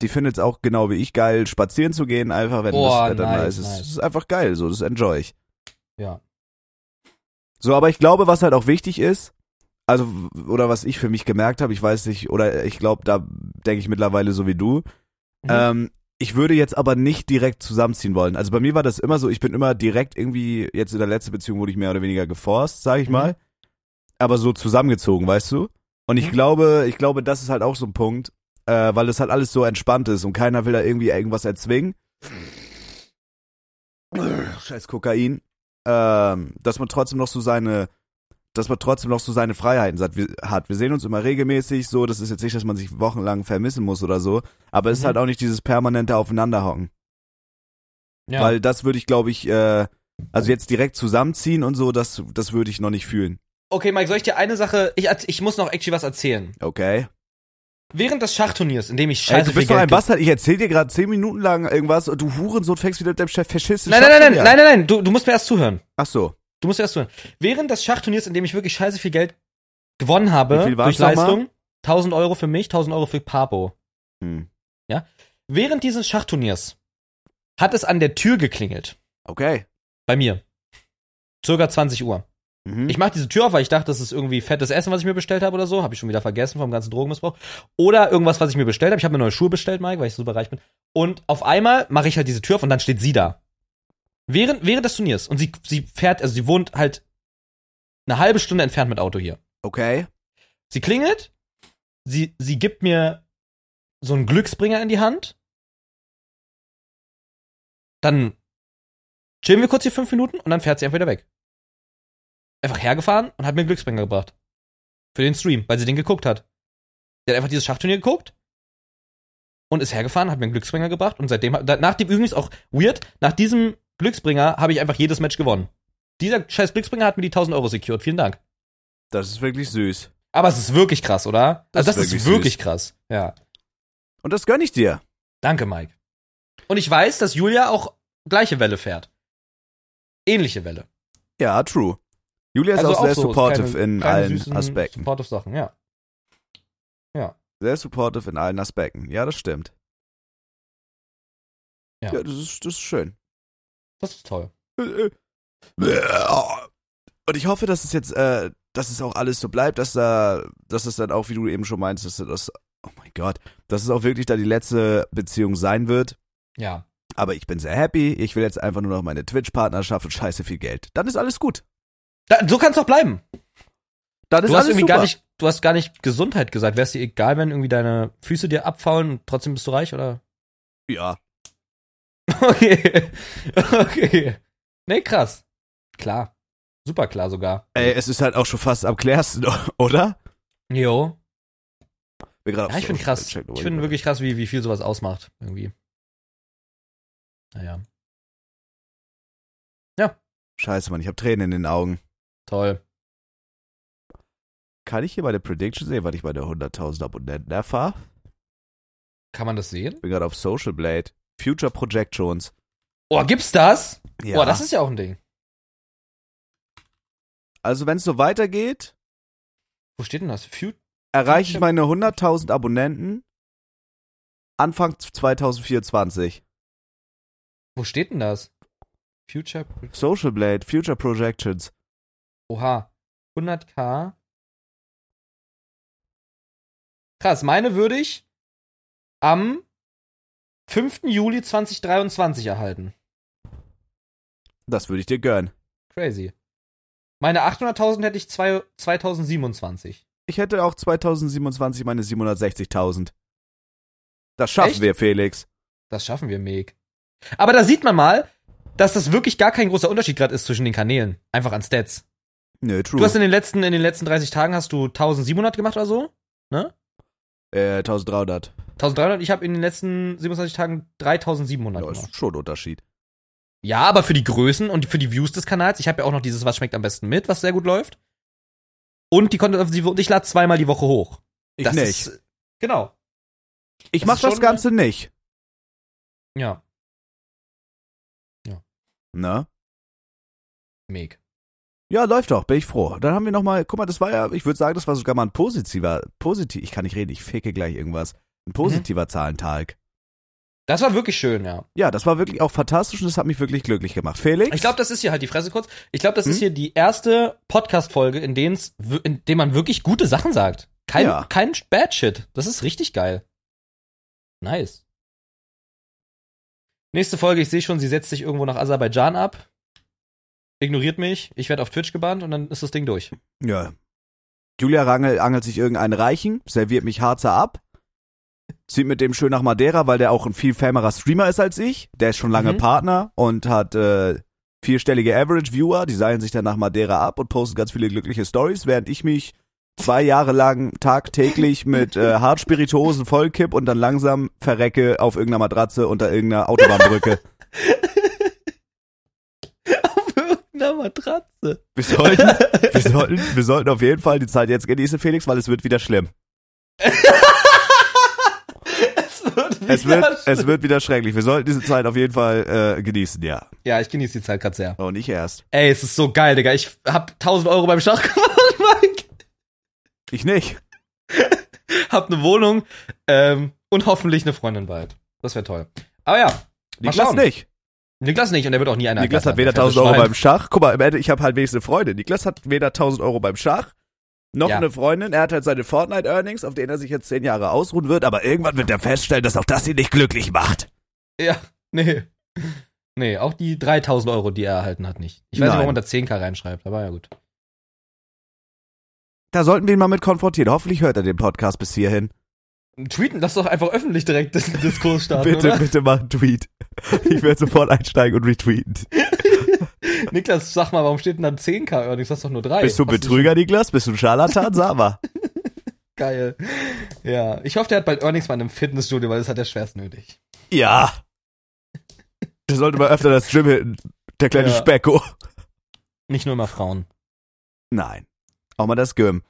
Die findet es auch genau wie ich geil, spazieren zu gehen, einfach wenn
Boah,
das Wetter
nice,
nice ist.
nice.
Das ist einfach geil, so, das enjoy ich.
Ja.
So, aber ich glaube, was halt auch wichtig ist, also, w- oder was ich für mich gemerkt habe, ich weiß nicht, oder ich glaube, da denke ich mittlerweile so wie du.
Mhm.
Ähm, ich würde jetzt aber nicht direkt zusammenziehen wollen. Also bei mir war das immer so, ich bin immer direkt irgendwie, jetzt in der letzten Beziehung wurde ich mehr oder weniger geforst, sag ich
Mhm.
mal. Aber so zusammengezogen, weißt du? Und ich
Mhm.
glaube, ich glaube, das ist halt auch so ein Punkt, äh, weil das halt alles so entspannt ist und keiner will da irgendwie irgendwas erzwingen. Scheiß Kokain. Ähm, dass man trotzdem noch so seine, dass man trotzdem noch so seine Freiheiten hat. Wir, hat. wir sehen uns immer regelmäßig so, das ist jetzt nicht, dass man sich wochenlang vermissen muss oder so, aber es ist
Mhm.
halt auch nicht dieses permanente Aufeinanderhocken.
ja.
Weil das würde ich, glaube ich, äh, also jetzt direkt zusammenziehen und so, das, das würde ich noch nicht fühlen.
okay, Mike, soll ich dir eine Sache, ich, ich muss noch actually was erzählen.
Okay.
Während des Schachturniers, in dem ich scheiße
Ey, du
viel
bist doch
Geld
ein Bastard. Ich erzähl dir gerade zehn Minuten lang irgendwas und du Hurensohn fängst wieder mit deinem Chef faschistischen
Nein, nein, nein,
Schachturnier
nein,
an.
nein, nein, nein, du, du musst mir erst zuhören.
Ach so.
Du musst mir erst zuhören. Während des Schachturniers, in dem ich wirklich scheiße viel Geld gewonnen habe,
Wie viel waren's
durch
nochmal?
Leistung, 1000 Euro für mich, 1000 Euro für Papo.
Hm.
Während dieses Schachturniers hat es an der Tür geklingelt.
Okay.
Bei mir. Circa 20 Uhr.
Mhm.
Ich mache diese Tür auf, weil ich dachte, das ist irgendwie fettes Essen, was ich mir bestellt habe oder so. Habe ich schon wieder vergessen vom ganzen Drogenmissbrauch. Oder irgendwas, was ich mir bestellt habe. Ich habe mir neue Schuhe bestellt, Mike, weil ich super reich bin. Und auf einmal mache ich halt diese Tür auf und dann steht sie da. Während, während des Turniers. Und sie, sie fährt, also sie wohnt halt eine halbe Stunde entfernt mit Auto hier.
okay.
Sie klingelt, sie, sie gibt mir so einen Glücksbringer in die Hand. Dann chillen wir kurz hier fünf Minuten und dann fährt sie einfach wieder weg. Einfach hergefahren und hat mir einen Glücksbringer gebracht. Für den Stream, weil sie den geguckt hat. Sie hat einfach dieses Schachturnier geguckt und ist hergefahren, hat mir einen Glücksbringer gebracht und seitdem, hat- nach dem übrigens auch weird, nach diesem Glücksbringer habe ich einfach jedes Match gewonnen. Dieser scheiß Glücksbringer hat mir die 1000 Euro secured. Vielen Dank.
Das ist wirklich süß.
Aber es ist wirklich krass, oder?
Das
Also
ist
das
wirklich
ist wirklich, krass. Ja.
Und das gönn ich dir.
Danke, Mike. Und ich weiß, dass Julia auch gleiche Welle fährt. Ähnliche Welle.
Ja, true. Julia ist
also
auch sehr
so
supportive
kleine-
in
kleine
allen
süßen,
Aspekten.
Supportive Sachen, ja.
Sehr supportive in allen Aspekten. Ja, das stimmt. Ja,
Ja.
das, ist, das ist schön.
Das ist toll.
Und ich hoffe, dass es jetzt, äh, dass es auch alles so bleibt, dass da, dass es dann auch, wie du eben schon meinst, dass das, oh mein Gott, dass es auch wirklich da die letzte Beziehung sein wird.
Ja.
Aber ich bin sehr happy. Ich will jetzt einfach nur noch meine Twitch-Partnerschaft und scheiße viel Geld. Dann ist alles gut.
Da, so kann's doch bleiben.
Dann ist
Du hast
alles
irgendwie
super.
gar nicht, du hast gar nicht Gesundheit gesagt. Wär's dir egal, wenn irgendwie deine Füße dir abfaulen und trotzdem bist du reich, oder? *laughs*
ja.
Okay. Okay. Nee, krass. Klar. Super klar sogar.
Ey, es ist halt auch schon fast am klärsten, *laughs* oder?
Jo.
Bin grad auf
Ja, ich
so-
bin krass.
check-
Ich finde wirklich krass, wie, wie viel sowas ausmacht, irgendwie. Naja,
Scheiße, Mann, ich habe Tränen in den Augen.
toll.
Kann ich hier meine Prediction sehen, weil ich meine 100.000 Abonnenten erfahre?
Kann man das sehen?
Bin gerade auf Social Blade. Future Projections.
Oh, gibt's das?
Ja.
Oh, das ist ja auch ein Ding.
also wenn es so weitergeht,
Wo steht denn das? Fu
erreiche ich meine 100.000 Abonnenten Anfang 2024.
Wo steht denn das? Future.
Social Blade, Future Projections.
Oha. 100k. Krass, meine würde ich am 5. Juli 2023 erhalten.
Das würde ich dir gönnen.
Crazy. Meine 800.000 hätte ich zwei, 2027.
Ich hätte auch 2027 meine 760.000. Das schaffen
Echt?
wir, Felix.
Das schaffen wir, Meg. Aber da sieht man mal, dass das wirklich gar kein großer Unterschied gerade ist zwischen den Kanälen. Einfach an Stats.
Nö, true.
Du hast in den letzten, in den letzten 30 Tagen hast du 1700 gemacht oder so?
äh, 1300.
1300. Ich habe in den letzten 27 Tagen 3700
Ja,
gemacht.
ist schon ein Unterschied.
Ja, aber für die Größen und für die Views des Kanals. Ich habe ja auch noch dieses Was schmeckt am besten mit, was sehr gut läuft. Und die Content-Offensive und ich lade zweimal die Woche hoch.
Ich
das
nicht.
Ist, genau.
ich
das
mach
ist
das
schon-
Ganze nicht.
Ja,
Ne?
Meg.
Ja, läuft doch, bin ich froh. Dann haben wir nochmal, guck mal, das war ja, ich würde sagen, das war sogar mal ein positiver, positiv, ich kann nicht reden, ich ficke gleich irgendwas. Ein positiver Zahlentag.
Das war wirklich schön, ja.
Ja, das war wirklich auch fantastisch und das hat mich wirklich glücklich gemacht. Felix?
Ich glaube, das ist hier halt die Fresse kurz. Ich glaube, das
Hm?
ist hier die erste Podcast-Folge, in denen in dem man wirklich gute Sachen sagt. Kein,
Ja.
kein Bad Shit. Das ist richtig geil. Nice. Nächste Folge, ich sehe schon, sie setzt sich irgendwo nach Aserbaidschan ab. Ignoriert mich, ich werde auf Twitch gebannt und dann ist das
*laughs*
Ding durch.
Ja. Julia Rangel angelt sich irgendeinen Reichen, serviert mich harzer ab, zieht mit dem schön nach Madeira, weil der auch ein viel famerer Streamer ist als ich. Der ist schon lange
Mhm.
Partner und hat äh, vierstellige Average-Viewer, die seilen sich dann nach Madeira ab und posten ganz viele glückliche Stories, während ich mich zwei Jahre lang tagtäglich mit äh, Hartspirituosen vollkipp und dann langsam verrecke auf irgendeiner Matratze unter irgendeiner Autobahnbrücke.
Auf irgendeiner Matratze.
wir, sollten, wir, sollten, wir sollten auf jeden Fall die Zeit jetzt genießen, Felix, weil es wird wieder schlimm.
Es wird,
Es wird, es wird wieder schrecklich. Wir sollten diese Zeit auf jeden Fall äh, genießen, ja.
Ja, ich genieße die Zeit gerade sehr.
Und ich erst.
Ey, es ist so geil, Digga. Ich hab 1000 Euro beim Schach *laughs* gewonnen, Mike.
Ich nicht.
hab eine Wohnung ähm, und hoffentlich eine Freundin bald. Das wäre toll. Aber ja, Mal
Niklas
schauen.
nicht.
Niklas nicht und er wird auch nie einer.
Niklas hat weder
erkannt.
1000 Euro
Fette
beim Schach. Guck mal, am Ende, ich habe halt wenigstens eine Freundin. Niklas hat weder 1000 Euro beim Schach, noch
Ja.
eine Freundin. Er hat halt seine Fortnite-Earnings, auf denen er sich jetzt 10 Jahre ausruhen wird. Aber irgendwann wird er feststellen, dass auch das ihn nicht glücklich macht.
Schwein. *laughs* Ja, nee. Nee, auch die 3000 Euro, die er erhalten hat, nicht. Ich weiß
Nein.
nicht, warum man da 10k reinschreibt, aber ja gut.
Da sollten wir ihn mal mit konfrontieren. Hoffentlich hört er den Podcast bis hierhin.
Tweeten, lass doch einfach öffentlich direkt
*laughs*
den Diskurs starten,
bitte,
oder?
bitte mach einen Tweet. Ich werde sofort einsteigen und retweeten.
Niklas, sag mal, warum steht denn da 10k Earnings? Das ist doch nur 3.
Bist du ein Betrüger, Niklas? Bist du ein Scharlatan? Sag mal.
Geil. Ja, ich hoffe, der hat bald Earnings mal in einem Fitnessstudio, weil das hat er schwerst nötig.
Ja. Der sollte mal öfter das Gym hitten. Der kleine
Ja.
Specko.
Nicht nur immer Frauen.
Nein. Auch mal das Gym.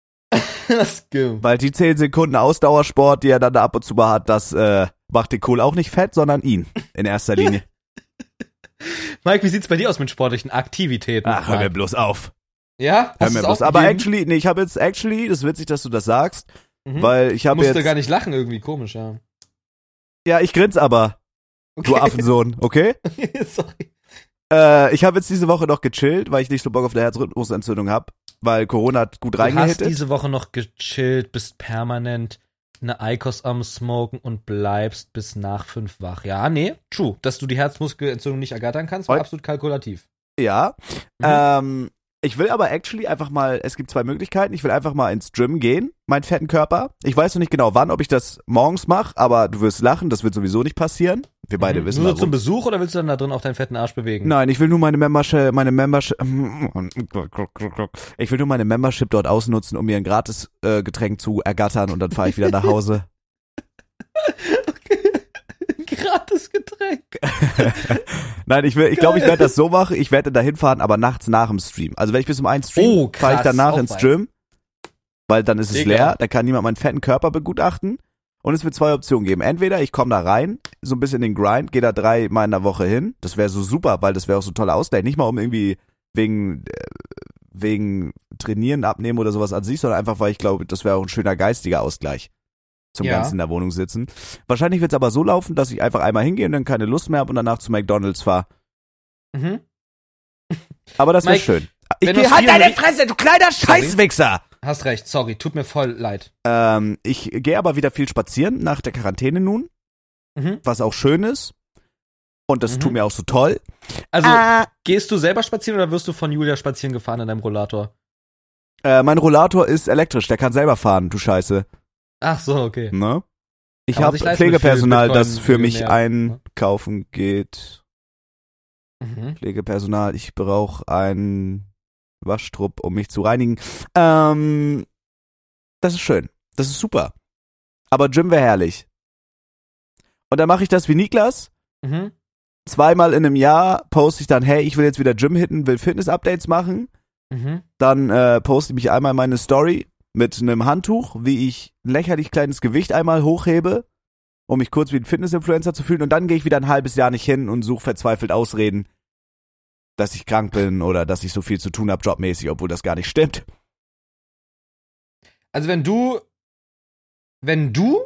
*laughs* das Gym.
Weil die 10 Sekunden Ausdauersport, die er dann da ab und zu mal hat, das äh, macht den Kohl auch nicht fett, sondern ihn. In erster
*laughs*
Linie.
Mike, wie sieht's bei dir aus mit sportlichen Aktivitäten?
Ach, hör mir
Mike?
bloß auf.
Ja?
Hör
Hast
mir
du's
bloß. Aber
aufgegeben?
actually, nee, ich habe jetzt actually, das ist witzig, dass du das sagst,
Mhm.
weil ich habe
musste
jetzt.
gar nicht lachen, irgendwie komisch, ja.
Ja, ich grins aber,
*laughs* Okay.
du Affensohn, okay?
*laughs* Sorry.
Äh, ich habe jetzt diese Woche noch gechillt, weil ich nicht so Bock auf eine Herzrhythmusentzündung habe, weil Corona hat gut
Du hast
reingehittet.
diese Woche noch gechillt, bist permanent eine Eikos am Smoken und bleibst bis nach fünf wach. Ja, nee, true. Dass du die Herzmuskelentzündung nicht ergattern kannst, war
Heute-
absolut kalkulativ.
Ja.
Mhm.
Ähm, ich will aber actually einfach mal, es gibt zwei Möglichkeiten. Ich will einfach mal ins Gym gehen, meinen fetten Körper. Ich weiß noch nicht genau wann, ob ich das morgens mache, aber du wirst lachen, das wird sowieso nicht passieren. Wir beide wissen
Mhm. Nur so zum
warum.
Besuch oder willst du dann da drin auch deinen fetten Arsch bewegen?
Nein, ich will nur meine Membership, meine Membership, ich will nur meine Membership dort ausnutzen, um mir ein gratis äh, Getränk zu ergattern und dann fahre ich wieder nach Hause.
*laughs*
*laughs*
Gratis Getränk.
Nein, ich will, ich glaube, ich
Geil.
werde das so machen. Ich werde da hinfahren, aber nachts nach dem Stream. Also wenn ich bis um eins stream,
Oh, krass,
fahre ich danach
auch
ins
weit.
Stream, weil dann ist es
Digga.
leer, da kann niemand meinen fetten Körper begutachten. Und es wird zwei Optionen geben. Entweder ich komme da rein, so ein bisschen in den Grind, gehe da dreimal in der Woche hin. Das wäre so super, weil das wäre auch so ein toller Ausgleich. Nicht mal um irgendwie wegen, äh, wegen Trainieren, Abnehmen oder sowas an sich, sondern einfach, weil ich glaube, das wäre auch ein schöner geistiger Ausgleich. Zum
Ja.
Ganzen in der Wohnung sitzen. Wahrscheinlich wird es aber so laufen, dass ich einfach einmal hingehe und dann keine Lust mehr habe und danach zu McDonalds fahre.
Mhm.
Aber das wäre
Mike,
schön. halt
wenn du aus Ihrem-
Fresse, du kleiner Scheißwichser!
Hast recht, sorry, tut mir voll leid.
Ähm, ich gehe aber wieder viel spazieren nach der Quarantäne nun,
Mhm.
was auch schön ist. Und das
Mhm.
tut mir auch so toll.
Also,
Ah.
gehst du selber spazieren oder wirst du von Julia spazieren gefahren in deinem Rollator?
Äh, mein Rollator ist elektrisch, der kann selber fahren, du Scheiße.
Ach so, okay.
Ne? Ich
Kann man
habe
sich leisten mit
Pflegepersonal,
viel
das
Bitcoin,
für mich
Millionär, ne?
einkaufen geht.
Mhm.
Pflegepersonal, ich brauche einen Waschtrupp, um mich zu reinigen. Ähm, das ist schön. Das ist super. Aber Jim wäre herrlich. Und dann mache ich das wie Niklas.
Mhm.
Zweimal in einem Jahr poste ich dann, hey, ich will jetzt wieder Gym hitten, will Fitness-Updates machen.
Mhm.
Dann äh, poste ich einmal meine Story mit einem Handtuch, wie ich ein lächerlich kleines Gewicht einmal hochhebe, um mich kurz wie ein Fitness-Influencer zu fühlen. Und dann gehe ich wieder ein halbes Jahr nicht hin und suche verzweifelt Ausreden, dass ich krank bin oder dass ich so viel zu tun habe jobmäßig, obwohl das gar nicht stimmt. *laughs*
Also wenn du, wenn du,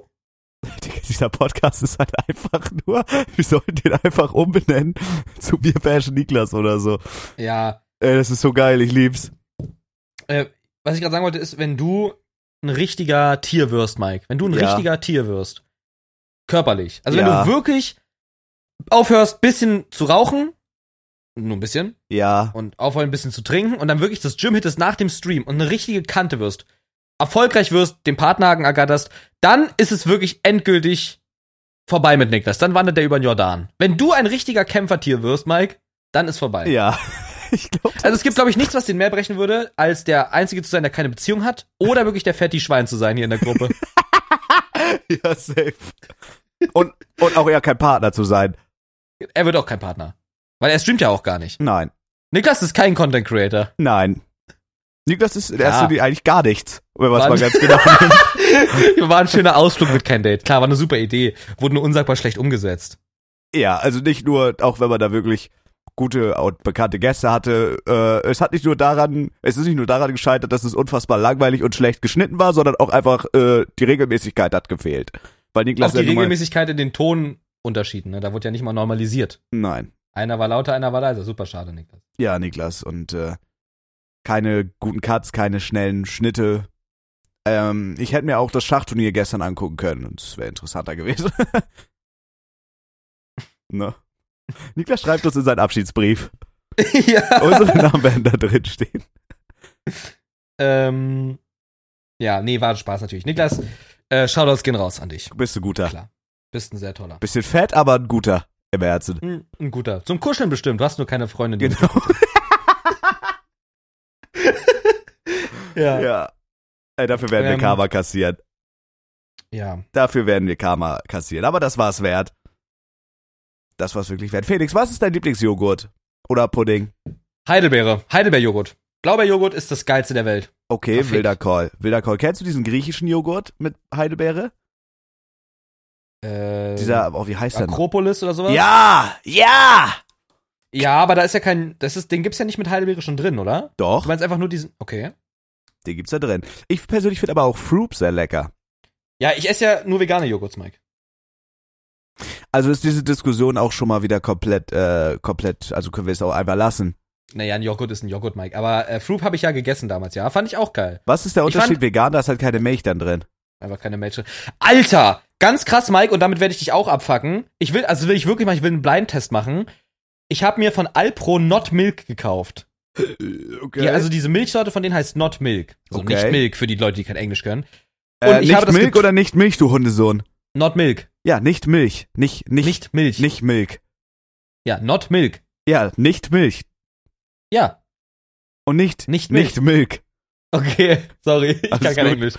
Digga, Dieser Podcast ist halt einfach nur, *laughs* wir sollten den einfach umbenennen *laughs* zu Wir bashen Niklas oder so.
ja,
Ey, das ist so geil, ich lieb's.
äh, was ich gerade sagen wollte, ist, wenn du ein richtiger Tier wirst, Mike, wenn du ein
Ja.
richtiger Tier wirst, körperlich, also wenn
Ja.
du wirklich aufhörst, bisschen zu rauchen, nur ein bisschen,
Ja,
und aufhören, ein bisschen zu trinken und dann wirklich das Gym hittest nach dem Stream und eine richtige Kante wirst, erfolgreich wirst, den Partnerhaken ergatterst, dann ist es wirklich endgültig vorbei mit Niklas. Dann wandert er über den Jordan. Wenn du ein richtiger Kämpfertier wirst, Mike, dann ist vorbei.
ja. *laughs* Ich glaube,
Also es gibt, glaube ich, nichts, was den mehr brechen würde, als der Einzige zu sein, der keine Beziehung hat oder wirklich der Fetti-Schwein zu sein hier in
*laughs*
der Gruppe.
ja, safe. Und, und auch eher kein Partner zu sein.
er wird auch kein Partner. Weil er streamt ja auch gar nicht.
Nein,
Niklas ist
*laughs*
kein Content-Creator.
nein. Niklas ist der
Ja.
erste, die eigentlich gar nichts, wenn man es
Mann.
mal ganz genau nimmt.
War ein schöner Ausflug mit kein Date. Klar, war eine super Idee. Wurde nur unsagbar schlecht umgesetzt.
Ja, also nicht nur, auch wenn man da wirklich gute und bekannte Gäste hatte, äh, es hat nicht nur daran, es ist nicht nur daran gescheitert, dass es unfassbar langweilig und schlecht geschnitten war, sondern auch einfach äh, die Regelmäßigkeit hat gefehlt. Weil Niklas
auch die
ja nun mal-
Regelmäßigkeit in den Tonunterschieden, ne? Da wurde ja nicht mal normalisiert.
Nein.
Einer war lauter, einer war leiser. Super schade,
*laughs*
Niklas.
Ja, Niklas. Und äh, keine guten Cuts, keine schnellen Schnitte. Ähm, ich hätte mir auch das Schachturnier gestern angucken können und es wäre interessanter gewesen. *laughs* ne? Niklas schreibt uns in seinen
*laughs*
Abschiedsbrief.
ja.
Unsere Namen werden da drin stehen.
Ähm, ja, nee, war Spaß natürlich. Niklas, äh, Shoutouts gehen raus an dich.
Du bist ein guter.
Klar. Bist ein sehr toller.
Bisschen fett, aber ein guter im Herzen.
Hm, Ein guter. Zum Kuscheln bestimmt. Du hast nur keine Freundin. die-
Genau.
*laughs* Ja. ja.
ja. Ey, dafür werden wir
Ähm.
Karma kassieren. Dafür werden wir Karma kassieren. Aber das war's wert. Das war's wirklich wert. Felix, was ist dein Lieblingsjoghurt? Oder Pudding?
Heidelbeere. Heidelbeerjoghurt. Blaubeerjoghurt ist das geilste der Welt.
Okay,
Perfekt.
wilder Call. Wilder Call. Kennst du diesen griechischen Joghurt mit Heidelbeere?
Äh,
Dieser, oh, wie heißt der noch?
Akropolis oder sowas?
Ja! Ja!
Ja, aber da ist ja kein, das ist, den gibt's ja nicht mit Heidelbeere schon drin, oder? Du
Doch,
meinst einfach nur diesen, okay.
den gibt's da drin. Ich persönlich finde aber auch Froop sehr lecker.
Ja, ich esse ja nur vegane Joghurts, Mike.
Also ist diese Diskussion auch schon mal wieder komplett, äh, komplett, also können wir es auch einfach lassen.
Naja, ein Joghurt ist ein Joghurt, Mike. Aber äh, Froop habe ich ja gegessen damals, ja. Fand ich auch geil.
Was ist der
Ich
Unterschied
fand-
vegan? Da ist halt keine Milch dann drin.
Einfach keine Match. Alter! Ganz krass, Mike, und damit werde ich dich auch abfacken. Ich will, also will ich wirklich mal, ich will einen Blindtest machen. Ich habe mir von Alpro Not Milk gekauft.
Okay.
Ja, also diese Milchsorte von denen heißt Not Milk. Also
Okay.
nicht Milk für die Leute, die kein Englisch können.
äh,
und ich
nicht
habe das
Milch
get-
oder nicht Milch, du Hundesohn?
Not Milk.
Ja, nicht Milch. Nicht, nicht, nicht,
Nicht Milch.
Milch.
Ja, Not Milk.
Ja, nicht Milch.
Ja.
Und nicht,
Nicht Milch.
Nicht Milk.
Okay, *laughs* sorry, ich
Alles
kann kein
gut.
Englisch.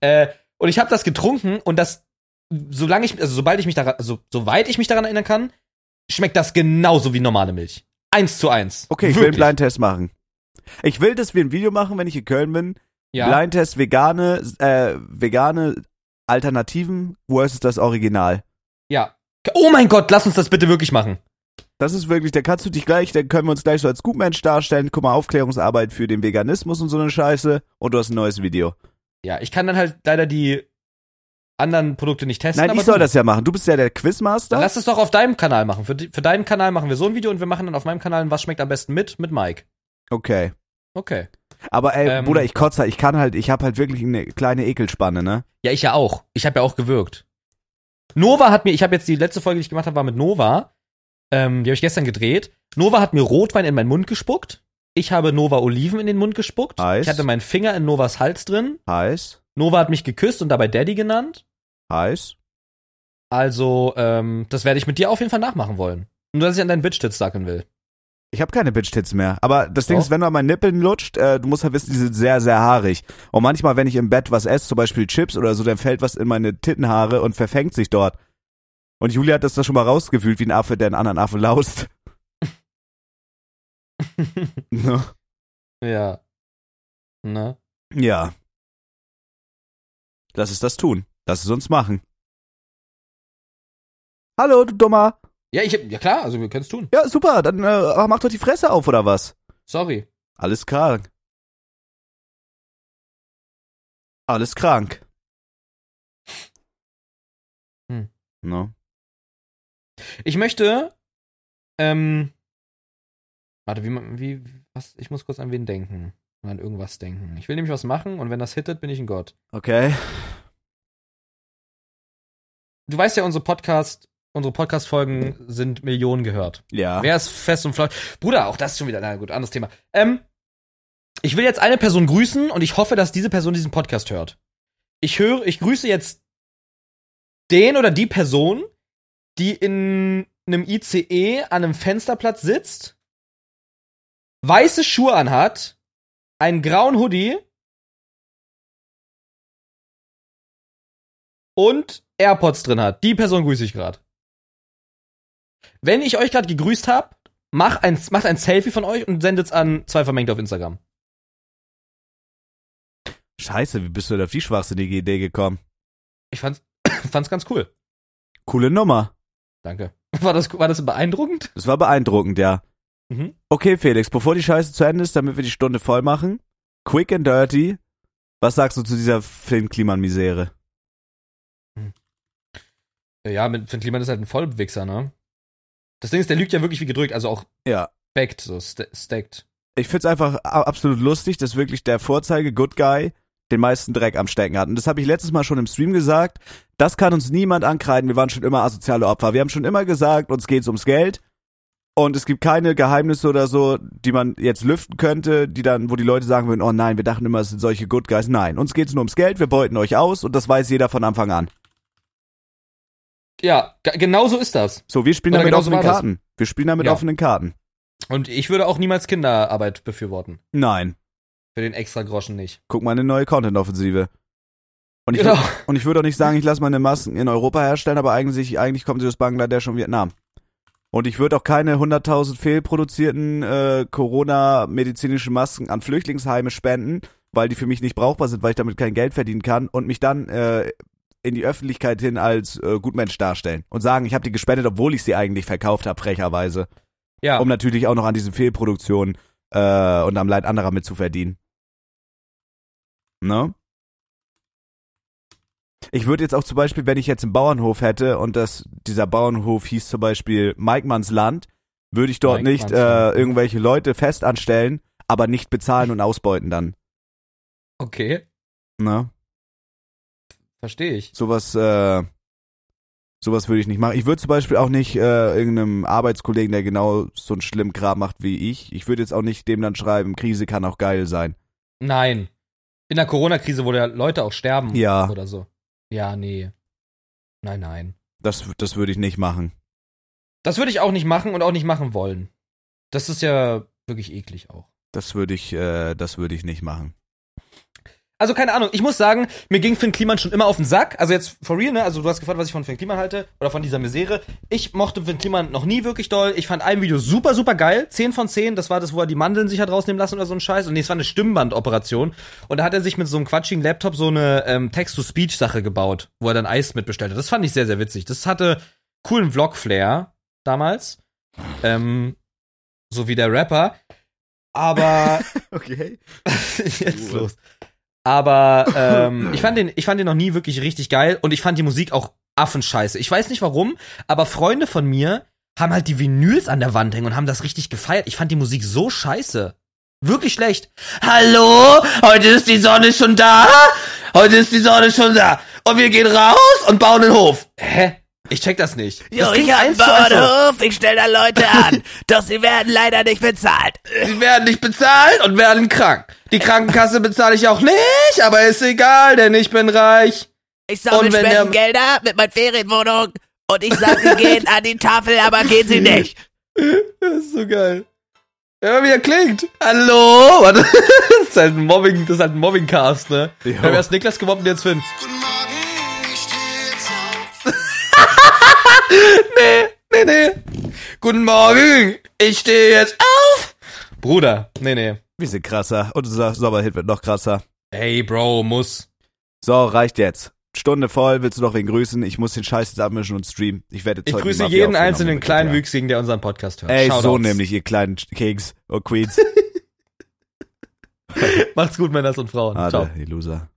Äh, und ich habe das getrunken und das, solange ich, also sobald ich mich daran, also soweit ich mich daran erinnern kann, schmeckt das genauso wie normale Milch. Eins zu eins.
Okay, ich will einen
Wirklich.
Blindtest machen. Ich will, dass wir ein Video machen, wenn ich in Köln bin.
ja.
Blindtest vegane, äh, vegane Alternativen versus das Original.
Ja. Oh mein Gott, lass uns das bitte wirklich machen.
Das ist wirklich, da kannst du dich gleich, dann können wir uns gleich so als Gutmensch darstellen. Guck mal, Aufklärungsarbeit für den Veganismus und so eine Scheiße. Und du hast ein neues Video.
Ja, ich kann dann halt leider die anderen Produkte nicht testen.
Nein,
aber
ich soll
du-
das ja machen. Du bist ja der Quizmaster.
Lass es doch auf deinem Kanal machen. Für, di- für deinen Kanal machen wir so ein Video und wir machen dann auf meinem Kanal ein Was schmeckt am besten mit, mit Mike.
okay.
Okay.
Aber ey,
Ähm.
Bruder, ich kotze halt, ich kann halt, ich habe halt wirklich eine kleine Ekelspanne, ne?
Ja, ich ja auch. Ich habe ja auch gewirkt. Nova hat mir, ich habe jetzt die letzte Folge, die ich gemacht habe, war mit Nova. Ähm, die habe ich gestern gedreht. Nova hat mir Rotwein in meinen Mund gespuckt. Ich habe Nova Oliven in den Mund gespuckt.
Nice.
Ich hatte meinen Finger in Novas Hals drin.
Heiß,
Nova hat mich geküsst und dabei Daddy genannt.
heiß.
Also, ähm, das werde ich mit dir auf jeden Fall nachmachen wollen. Nur, dass ich an deinen Bitch-Tits dackeln will. *laughs*
Ich habe keine Bitch-Tits mehr. Aber das Ding
Doch.
ist, wenn du an meinen Nippeln lutscht, äh, du musst halt wissen, die sind sehr, sehr haarig. Und manchmal, wenn ich im Bett was esse, zum Beispiel Chips oder so, dann fällt was in meine Tittenhaare und verfängt sich dort. Und Julia hat das da schon mal rausgefühlt, wie ein Affe, der einen anderen Affe laust. *laughs* Ne?
ja. Ne?
ja. Lass es das tun. Lass es uns machen. Hallo, du Dummer.
Ja, ich hab, ja klar, also wir können es tun.
Ja, super, dann äh, mach doch die Fresse auf, oder was?
Sorry.
Alles krank. Alles krank.
Hm.
Ne?
Ich möchte, ähm, warte, wie, man- wie, was, ich muss kurz an wen denken. An irgendwas denken. Ich will nämlich was machen und wenn das hittet, bin ich ein Gott.
Okay.
Du weißt ja, unsere Podcast, unsere Podcast-Folgen sind Millionen gehört.
Ja.
Wer ist fest und flach? Bruder, auch das ist schon wieder, na gut, anderes Thema. Ähm, ich will jetzt eine Person grüßen und ich hoffe, dass diese Person diesen Podcast hört. Ich höre, ich grüße jetzt den oder die Person, die in einem ICE an einem Fensterplatz sitzt, weiße Schuhe anhat, einen grauen Hoodie und AirPods drin hat. Die Person grüße ich gerade. Wenn ich euch gerade gegrüßt habe, mach ein, macht ein Selfie von euch und sendet's an zwei vermengt auf Instagram.
Scheiße, wie bist du denn auf die schwachsinnige Idee gekommen?
Ich fand's, *coughs* fand's ganz cool.
Coole Nummer.
Danke. *laughs* War das, war das beeindruckend?
Das war beeindruckend, ja.
Mhm.
Okay, Felix, bevor die Scheiße zu Ende ist, damit wir die Stunde voll machen, quick and dirty, was sagst du zu dieser Filmkliman-Misere?
Ja, mit Finn Kliman ist halt ein Vollwichser, ne? Das Ding ist, der lügt ja wirklich wie gedrückt, also auch
Ja.
backed, so st stacked.
ich find's einfach a- absolut lustig, dass wirklich der Vorzeige Good Guy den meisten Dreck am Stecken hat. Und das habe ich letztes Mal schon im Stream gesagt. Das kann uns niemand ankreiden. Wir waren schon immer asoziale Opfer. Wir haben schon immer gesagt, uns geht's ums Geld. Und es gibt keine Geheimnisse oder so, die man jetzt lüften könnte, die dann, wo die Leute sagen würden, oh nein, wir dachten immer, es sind solche Good Guys. Nein, uns geht's nur ums Geld, wir beuten euch aus und das weiß jeder von Anfang an.
Ja, ge- genau so ist das.
So, wir spielen
Oder
da mit
genauso
offenen
war das.
Karten. Wir spielen da mit
Ja.
offenen Karten.
Und ich würde auch niemals Kinderarbeit befürworten.
Nein.
Für den extra Groschen nicht.
Guck mal eine neue Content-Offensive. Und
Genau.
ich, Und ich würde auch nicht sagen, ich lasse meine Masken in Europa herstellen, aber eigentlich, eigentlich kommen sie aus Bangladesch und Vietnam. Und ich würde auch keine 100.000 fehlproduzierten äh, Corona-medizinischen Masken an Flüchtlingsheime spenden, weil die für mich nicht brauchbar sind, weil ich damit kein Geld verdienen kann und mich dann äh, in die Öffentlichkeit hin als äh, Gutmensch darstellen und sagen, ich habe die gespendet, obwohl ich sie eigentlich verkauft habe, frecherweise.
*laughs* Ja.
Um natürlich auch noch an diesen Fehlproduktionen äh, und am Leid anderer mitzuverdienen. Ne? Ich würde jetzt auch zum Beispiel, wenn ich jetzt einen Bauernhof hätte und das, dieser Bauernhof hieß zum Beispiel Maikmanns Land, würde ich dort nicht äh,
Maikmannsland.
irgendwelche Leute fest anstellen, aber nicht bezahlen und ausbeuten dann.
Okay,
Ne?
verstehe ich.
Sowas, äh, sowas würde ich nicht machen. Ich würde zum Beispiel auch nicht äh, irgendeinem Arbeitskollegen, der genau so einen schlimmen Kram macht wie ich, ich würde jetzt auch nicht dem dann schreiben, Krise kann auch geil sein.
Nein. In der Corona-Krise, wo ja Leute auch sterben
Ja.
oder so. Ja, nee. Nein, nein.
Das, das würde ich nicht machen.
Das würde ich auch nicht machen und auch nicht machen wollen. Das ist ja wirklich eklig auch.
Das würde ich, äh, das würde ich nicht machen.
Also keine Ahnung, ich muss sagen, mir ging Finn Kliman schon immer auf den Sack. Also jetzt for real, ne? Also du hast gefragt, was ich von Finn Kliman halte oder von dieser Misere. Ich mochte Finn Kliman noch nie wirklich doll. Ich fand ein Video super, super geil. 10 von 10, das war das, wo er die Mandeln sich hat rausnehmen lassen oder so ein Scheiß. Und nee, es war eine Stimmbandoperation. Und da hat er sich mit so einem quatschigen Laptop so eine ähm, Text-to-Speech-Sache gebaut, wo er dann Eis mitbestellt hat. Das fand ich sehr, sehr witzig. Das hatte coolen Vlog-Flair damals. Ähm, so wie der Rapper. Aber
Okay.
was ist *laughs* jetzt
Ruhe.
los? Aber ähm, ich, fand den, ich fand den noch nie wirklich richtig geil und ich fand die Musik auch affenscheiße. Ich weiß nicht warum, aber Freunde von mir haben halt die Vinyls an der Wand hängen und haben das richtig gefeiert. Ich fand die Musik so scheiße. Wirklich schlecht. Hallo, heute ist die Sonne schon da. Heute ist die Sonne schon da. Und wir gehen raus und bauen den Hof. Hä? Ich check das nicht. das klingt eins zu eins so.
ich stelle da Leute
*laughs*
an, doch sie werden leider nicht bezahlt.
Sie werden nicht bezahlt und werden krank. Die Krankenkasse bezahle ich auch nicht, aber ist egal, denn ich bin reich.
Ich
sammle Und wenn der-
Spendengelder mit meinen Ferienwohnungen
*laughs*
und ich sage, sie gehen an die Tafel, aber gehen sie nicht.
Das ist so geil. Hör mal, wie er klingt. Hallo? Warte. *laughs* Das ist halt ein Mobbing, das ist halt ein Mobbing-Cast, ne?
Jo.
Wir haben erst Niklas gemobbt und jetzt Finn.
Guten Morgen, ich stehe jetzt auf.
*laughs* Nee, nee. Guten Morgen. Ich stehe jetzt auf. Bruder. Nee, nee.
Wir sind krasser. Und unser Sommerhit wird noch krasser.
Hey, Bro, muss.
So, reicht jetzt. Stunde voll, willst du noch wen grüßen? Ich muss den Scheiß jetzt abmischen und streamen. Ich werde jetzt
Ich
heute
grüße
die Mafia
jeden
aufgenommen,
einzelnen
wirklich,
kleinen
ja.
Wüchsigen, der unseren Podcast hört.
Ey, so
Shoutouts.
nämlich, ihr kleinen
*laughs*
Kings und Queens.
Macht's gut, Männers und Frauen. Ciao.
Alter, ihr Loser.